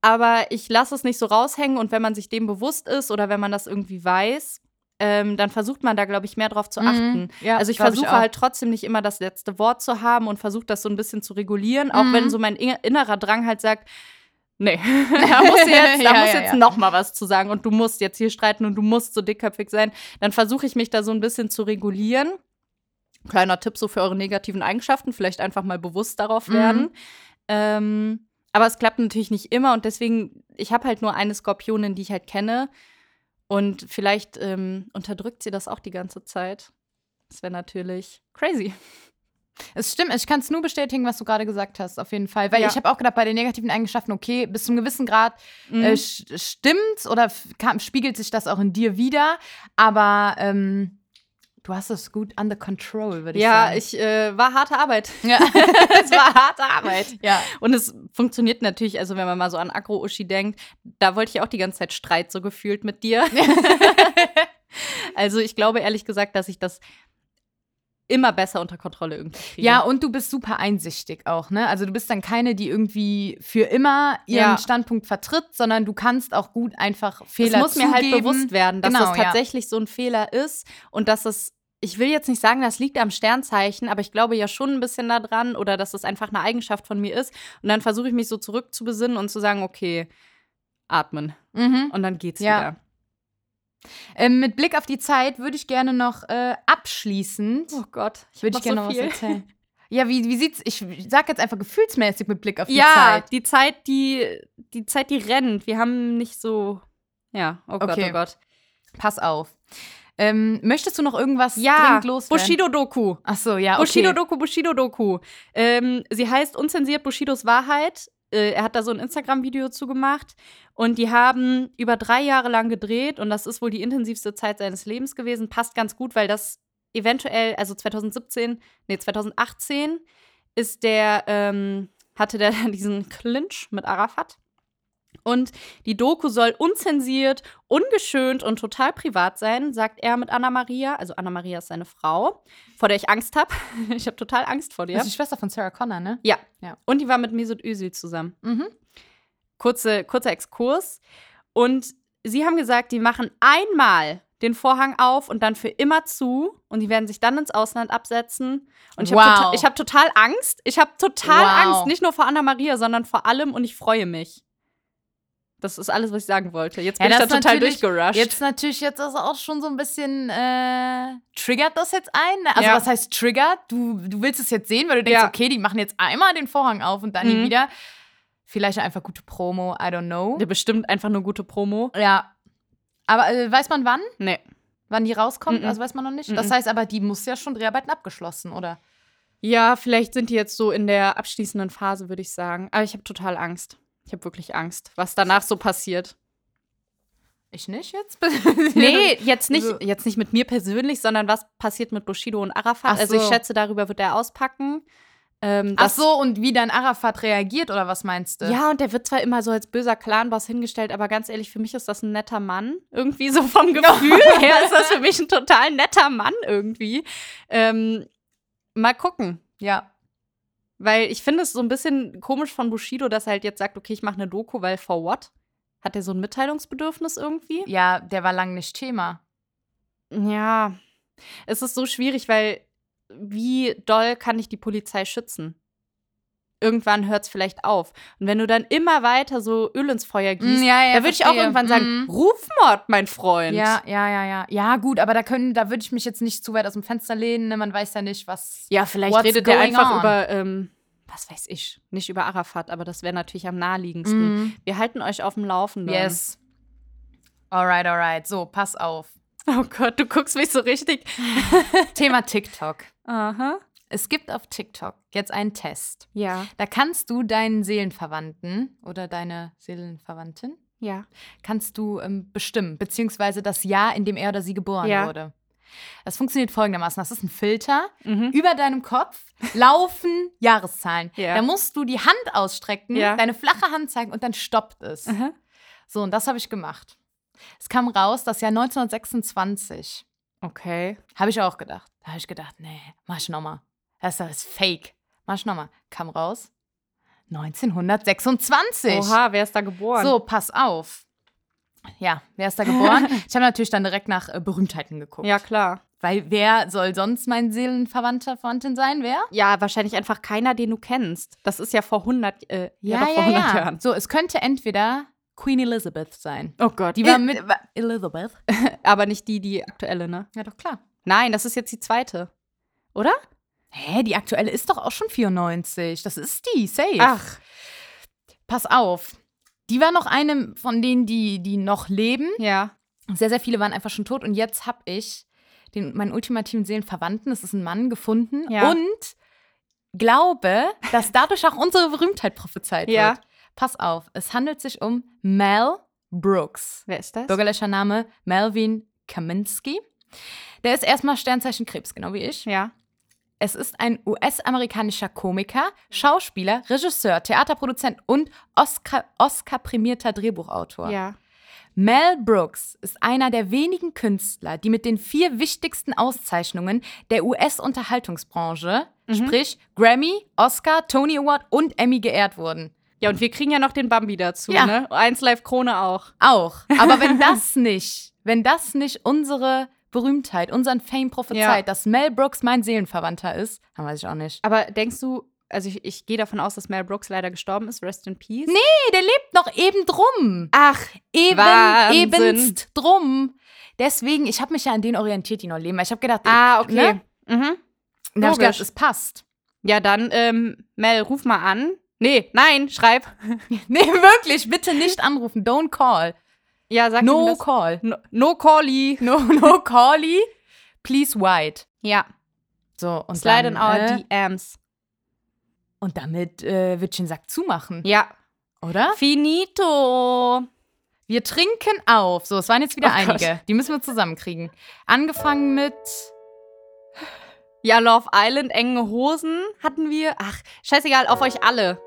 Aber ich lasse es nicht so raushängen und wenn man sich dem bewusst ist oder wenn man das irgendwie weiß, ähm, dann versucht man da, glaube ich, mehr drauf zu achten.
Ja,
also ich
glaub
versuche
auch.
halt trotzdem nicht immer das letzte Wort zu haben und versuche das so ein bisschen zu regulieren, auch
Mhm.
wenn so mein in- innerer Drang halt sagt,
[laughs]
nee, [laughs] da muss jetzt, da
Ja,
muss
ja,
jetzt
ja.
noch mal was zu sagen und du musst jetzt hier streiten und du musst so dickköpfig sein, dann versuche ich mich da so ein bisschen zu regulieren. Kleiner Tipp so für eure negativen Eigenschaften, vielleicht einfach mal bewusst darauf
Mhm.
werden. Ähm, aber es klappt natürlich nicht immer und deswegen, ich habe halt nur eine Skorpionin, die ich halt kenne Und vielleicht ähm, unterdrückt sie das auch die ganze Zeit. Das wäre natürlich crazy.
Es stimmt, ich kann es nur bestätigen, was du gerade gesagt hast, auf jeden Fall. Weil
Ja.
ich habe auch gedacht, bei den negativen Eigenschaften, okay, bis zu einem gewissen Grad
Mhm.
äh, sch- stimmt's oder f- kam, spiegelt sich das auch in dir wieder. Aber ähm, du hast es gut under control, würde ich
ja,
sagen.
ich äh, war harte Arbeit.
Ja,
[laughs] es war harte Arbeit.
ja.
Und es funktioniert natürlich, also wenn man mal so an Agro-Uschi denkt, da wollte ich auch die ganze Zeit Streit so gefühlt mit
[laughs]
dir. also ich glaube ehrlich gesagt, dass ich das immer besser unter Kontrolle irgendwie kriege.
Ja, und du bist super einsichtig auch, ne? Also du bist dann keine, die irgendwie für immer ihren
Ja.
Standpunkt vertritt, sondern du kannst auch gut einfach Fehler
es muss mir halt
zugeben.
bewusst werden, dass
Genau,
das
ja.
tatsächlich so ein Fehler ist und dass es, ich will jetzt nicht sagen, das liegt am Sternzeichen, aber ich glaube ja schon ein bisschen daran oder dass es einfach eine Eigenschaft von mir ist. Und dann versuche ich mich so zurückzubesinnen und zu sagen, okay, atmen.
Mhm.
Und dann geht's
Ja.
wieder.
Ähm, mit Blick auf die Zeit würde ich gerne noch äh, abschließend
Oh Gott, ich
würde ich gerne noch was erzählen. Ja, wie, wie sieht's? Ich sag jetzt einfach gefühlsmäßig mit Blick auf die
ja,
Zeit.
die Zeit, die, die Zeit, die rennt. Wir haben nicht so. Ja, oh Gott,
Okay.
oh Gott.
Pass auf. Ähm, möchtest du noch irgendwas
Ja,
dringend loswerden?
Bushido-Doku.
Ach so, ja, Ah, okay.
Bushido-Doku, Bushido-Doku. Ähm, sie heißt Unzensiert Bushidos Wahrheit. Äh, er hat da so ein Instagram-Video zugemacht. Und die haben über drei Jahre lang gedreht. Und das ist wohl die intensivste Zeit seines Lebens gewesen. Passt ganz gut, weil das eventuell, also 2017, nee, 2018 ist der, ähm, hatte der [laughs] dann diesen Clinch mit Arafat. Und die Doku soll unzensiert, ungeschönt und total privat sein, sagt er mit Anna-Maria. Also Anna-Maria ist seine Frau, vor der ich Angst habe. [laughs] Ich habe total Angst vor
Das
dir.
ist die Schwester von Sarah Connor, ne?
Ja.
Ja.
Und die war mit Mesut Özil zusammen.
Mhm.
Kurze, kurzer Exkurs. Und sie haben gesagt, die machen einmal den Vorhang auf und dann für immer zu. Und die werden sich dann ins Ausland absetzen. Und ich habe
Wow.
tota ich hab total Angst. Ich habe total
Wow.
Angst. Nicht nur vor Anna-Maria, sondern vor allem. Und ich freue mich. Das ist alles, was ich sagen wollte. Jetzt
Ja,
bin ich da
das ist
total
natürlich-
durchgerusht.
Jetzt natürlich, jetzt ist auch schon so ein bisschen, äh, triggert das jetzt ein? ne? Also
Ja.
was heißt triggert? Du, du willst es jetzt sehen, weil du denkst,
Ja.
okay, die machen jetzt einmal den Vorhang auf und dann nie
Mhm.
wieder. Vielleicht einfach gute Promo, I don't know.
Der bestimmt einfach nur gute Promo.
Ja. Aber äh, weiß man wann?
Nee.
Wann die rauskommt?
Mhm.
Also weiß man noch nicht. Das
Mhm.
heißt aber, die muss ja schon Dreharbeiten abgeschlossen, oder?
Ja, vielleicht sind die jetzt so in der abschließenden Phase, würde ich sagen. Aber ich habe total Angst. Ich habe wirklich Angst, was danach so passiert.
Ich nicht [laughs] jetzt?
[laughs] Nee, jetzt nicht,
Also-
jetzt nicht mit mir persönlich, sondern was passiert mit Bushido und Arafat.
Ach
Also ich
so.
schätze, darüber wird er auspacken. Ähm,
Ach
das-
so, und wie dann Arafat reagiert, oder was meinst du?
Ja, und der wird zwar immer so als böser Clanboss hingestellt, aber ganz ehrlich, für mich ist das ein netter Mann. Irgendwie so [laughs] vom Gefühl her ist das für mich ein total netter Mann irgendwie. Ähm, mal gucken.
Ja.
Weil ich finde es so ein bisschen komisch von Bushido, dass er halt jetzt sagt, okay, ich mache eine Doku, weil for what? Hat er so ein Mitteilungsbedürfnis irgendwie?
Ja, der war lang nicht Thema.
Ja. Es ist so schwierig, weil wie doll kann ich die Polizei schützen? Irgendwann hört es vielleicht auf. Und wenn du dann immer weiter so Öl ins Feuer gießt,
Mm, ja, ja,
da würde ich auch
verstehe.
irgendwann sagen,
Mm.
Rufmord, mein Freund.
Ja, ja, ja, ja. Ja, gut, aber da können, da würde ich mich jetzt nicht zu weit aus dem Fenster lehnen. Ne? Man weiß ja nicht, was.
Ja, vielleicht
What's
redet er
going
einfach
on?
über, ähm, was weiß ich, nicht über Arafat, aber das wäre natürlich am naheliegendsten.
Mhm.
Wir halten euch auf dem Laufenden.
Yes. Alright, alright. So, pass auf.
Oh Gott, du guckst mich so richtig.
Thema TikTok.
Aha.
Es gibt auf TikTok jetzt einen Test.
Ja.
Da kannst du deinen Seelenverwandten oder deine Seelenverwandten
Ja.
kannst du ähm, bestimmen, beziehungsweise das Jahr, in dem er oder sie geboren
Ja.
wurde. Das funktioniert folgendermaßen. Das ist ein Filter.
Mhm.
Über deinem Kopf laufen [laughs] Jahreszahlen.
Ja.
Da musst du die Hand ausstrecken,
Ja.
deine flache Hand zeigen und dann stoppt es.
Aha.
So, und das habe ich gemacht. Es kam raus, das Jahr 1926.
Okay.
Habe ich auch gedacht. Da habe ich gedacht, nee, mach ich nochmal. Das ist alles fake. Mach ich nochmal. Kam raus 1926.
Oha, wer ist da geboren?
So, pass auf. Ja, wer ist
[laughs]
da geboren? ich habe natürlich dann direkt nach äh, Berühmtheiten geguckt.
Ja, klar.
Weil wer soll sonst mein Seelenverwandter, Verwandtin sein? Wer?
Ja, wahrscheinlich einfach keiner, den du kennst. Das ist ja vor 100, äh, ja, doch, vor 100 Jahren.
So, es könnte entweder Queen Elizabeth sein.
Oh Gott.
Die war mit Elizabeth.
aber nicht die, die aktuelle, ne?
Ja, doch klar.
Nein, das ist jetzt die zweite. Oder?
Hä, die aktuelle ist doch auch schon 94. Das ist die, safe.
Ach.
Pass auf. Die war noch eine von denen, die, die noch leben.
Ja.
Sehr, sehr viele waren einfach schon tot. Und jetzt habe ich den, meinen ultimativen Seelenverwandten, das ist ein Mann, gefunden.
Ja.
Und glaube, dass dadurch auch unsere Berühmtheit prophezeit
Ja.
wird. Pass auf, es handelt sich um Mel Brooks.
Wer ist das?
Bürgerlicher Name Melvin Kaminsky. Der ist erstmal Sternzeichen Krebs, genau wie ich.
Ja.
Es ist ein US-amerikanischer Komiker, Schauspieler, Regisseur, Theaterproduzent und Oscar- Oscar-prämierter Drehbuchautor.
Ja.
Mel Brooks ist einer der wenigen Künstler, die mit den vier wichtigsten Auszeichnungen der US-Unterhaltungsbranche,
Mhm.
sprich Grammy, Oscar, Tony Award und Emmy geehrt wurden.
Ja, und wir kriegen ja noch den Bambi dazu,
Ja.
ne? Eins Live Krone auch.
Auch.
[laughs]
Aber wenn das nicht, wenn das nicht unsere Berühmtheit, unseren Fame prophezeit,
Ja.
dass Mel Brooks mein Seelenverwandter ist, dann weiß ich auch nicht.
Aber denkst du, also ich, ich gehe davon aus, dass Mel Brooks leider gestorben ist, rest in peace.
Nee. Nee, der lebt noch eben drum.
Ach,
Eben,
Wahnsinn.
ebenst drum. Deswegen, ich habe mich ja an den orientiert, die noch leben. weil Ich habe gedacht,
ah, okay.
Ne?
Mhm.
Dann hab ich
Logisch.
gedacht, es passt.
Ja, dann, ähm, Mel, ruf mal an. Nee, nein, schreib.
[laughs] Nee, wirklich, bitte nicht anrufen. Don't call.
Ja, sag ihm
No
das.
call.
No, no callie.
No, no callie. Please white.
Ja,
So, und
slide
dann,
in our
äh,
DMs.
Und damit äh, wird den Sack zumachen,
Ja.
oder?
Finito.
Wir trinken auf. So, es waren jetzt wieder
Oh Gott.
einige. Die müssen wir zusammenkriegen. Angefangen mit
Ja, Love Island, enge Hosen hatten wir. Ach, scheißegal, auf euch alle.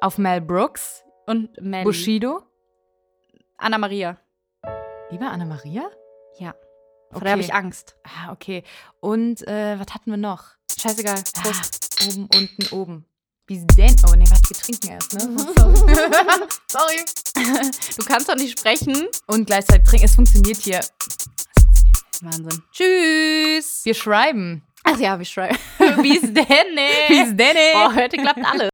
auf Mel Brooks,
Und Mel.
Bushido.
Anna-Maria.
Lieber Anna-Maria?
Ja. Vor
Okay.
der habe ich Angst.
ah, okay. Und äh, was hatten wir noch?
Scheißegal. Prost.
Ah, oben, unten, oben. Wie denn? Oh, nee, was? Wir trinken erst, ne? Sorry. Sorry.
Du kannst doch nicht sprechen.
Und gleichzeitig trinken. Es funktioniert hier.
Wahnsinn. Tschüss.
Wir schreiben.
Ach ja, wie schreiben. Wie ist denn? [laughs] ne?
Bis denn.
Äh. Oh, heute klappt alles.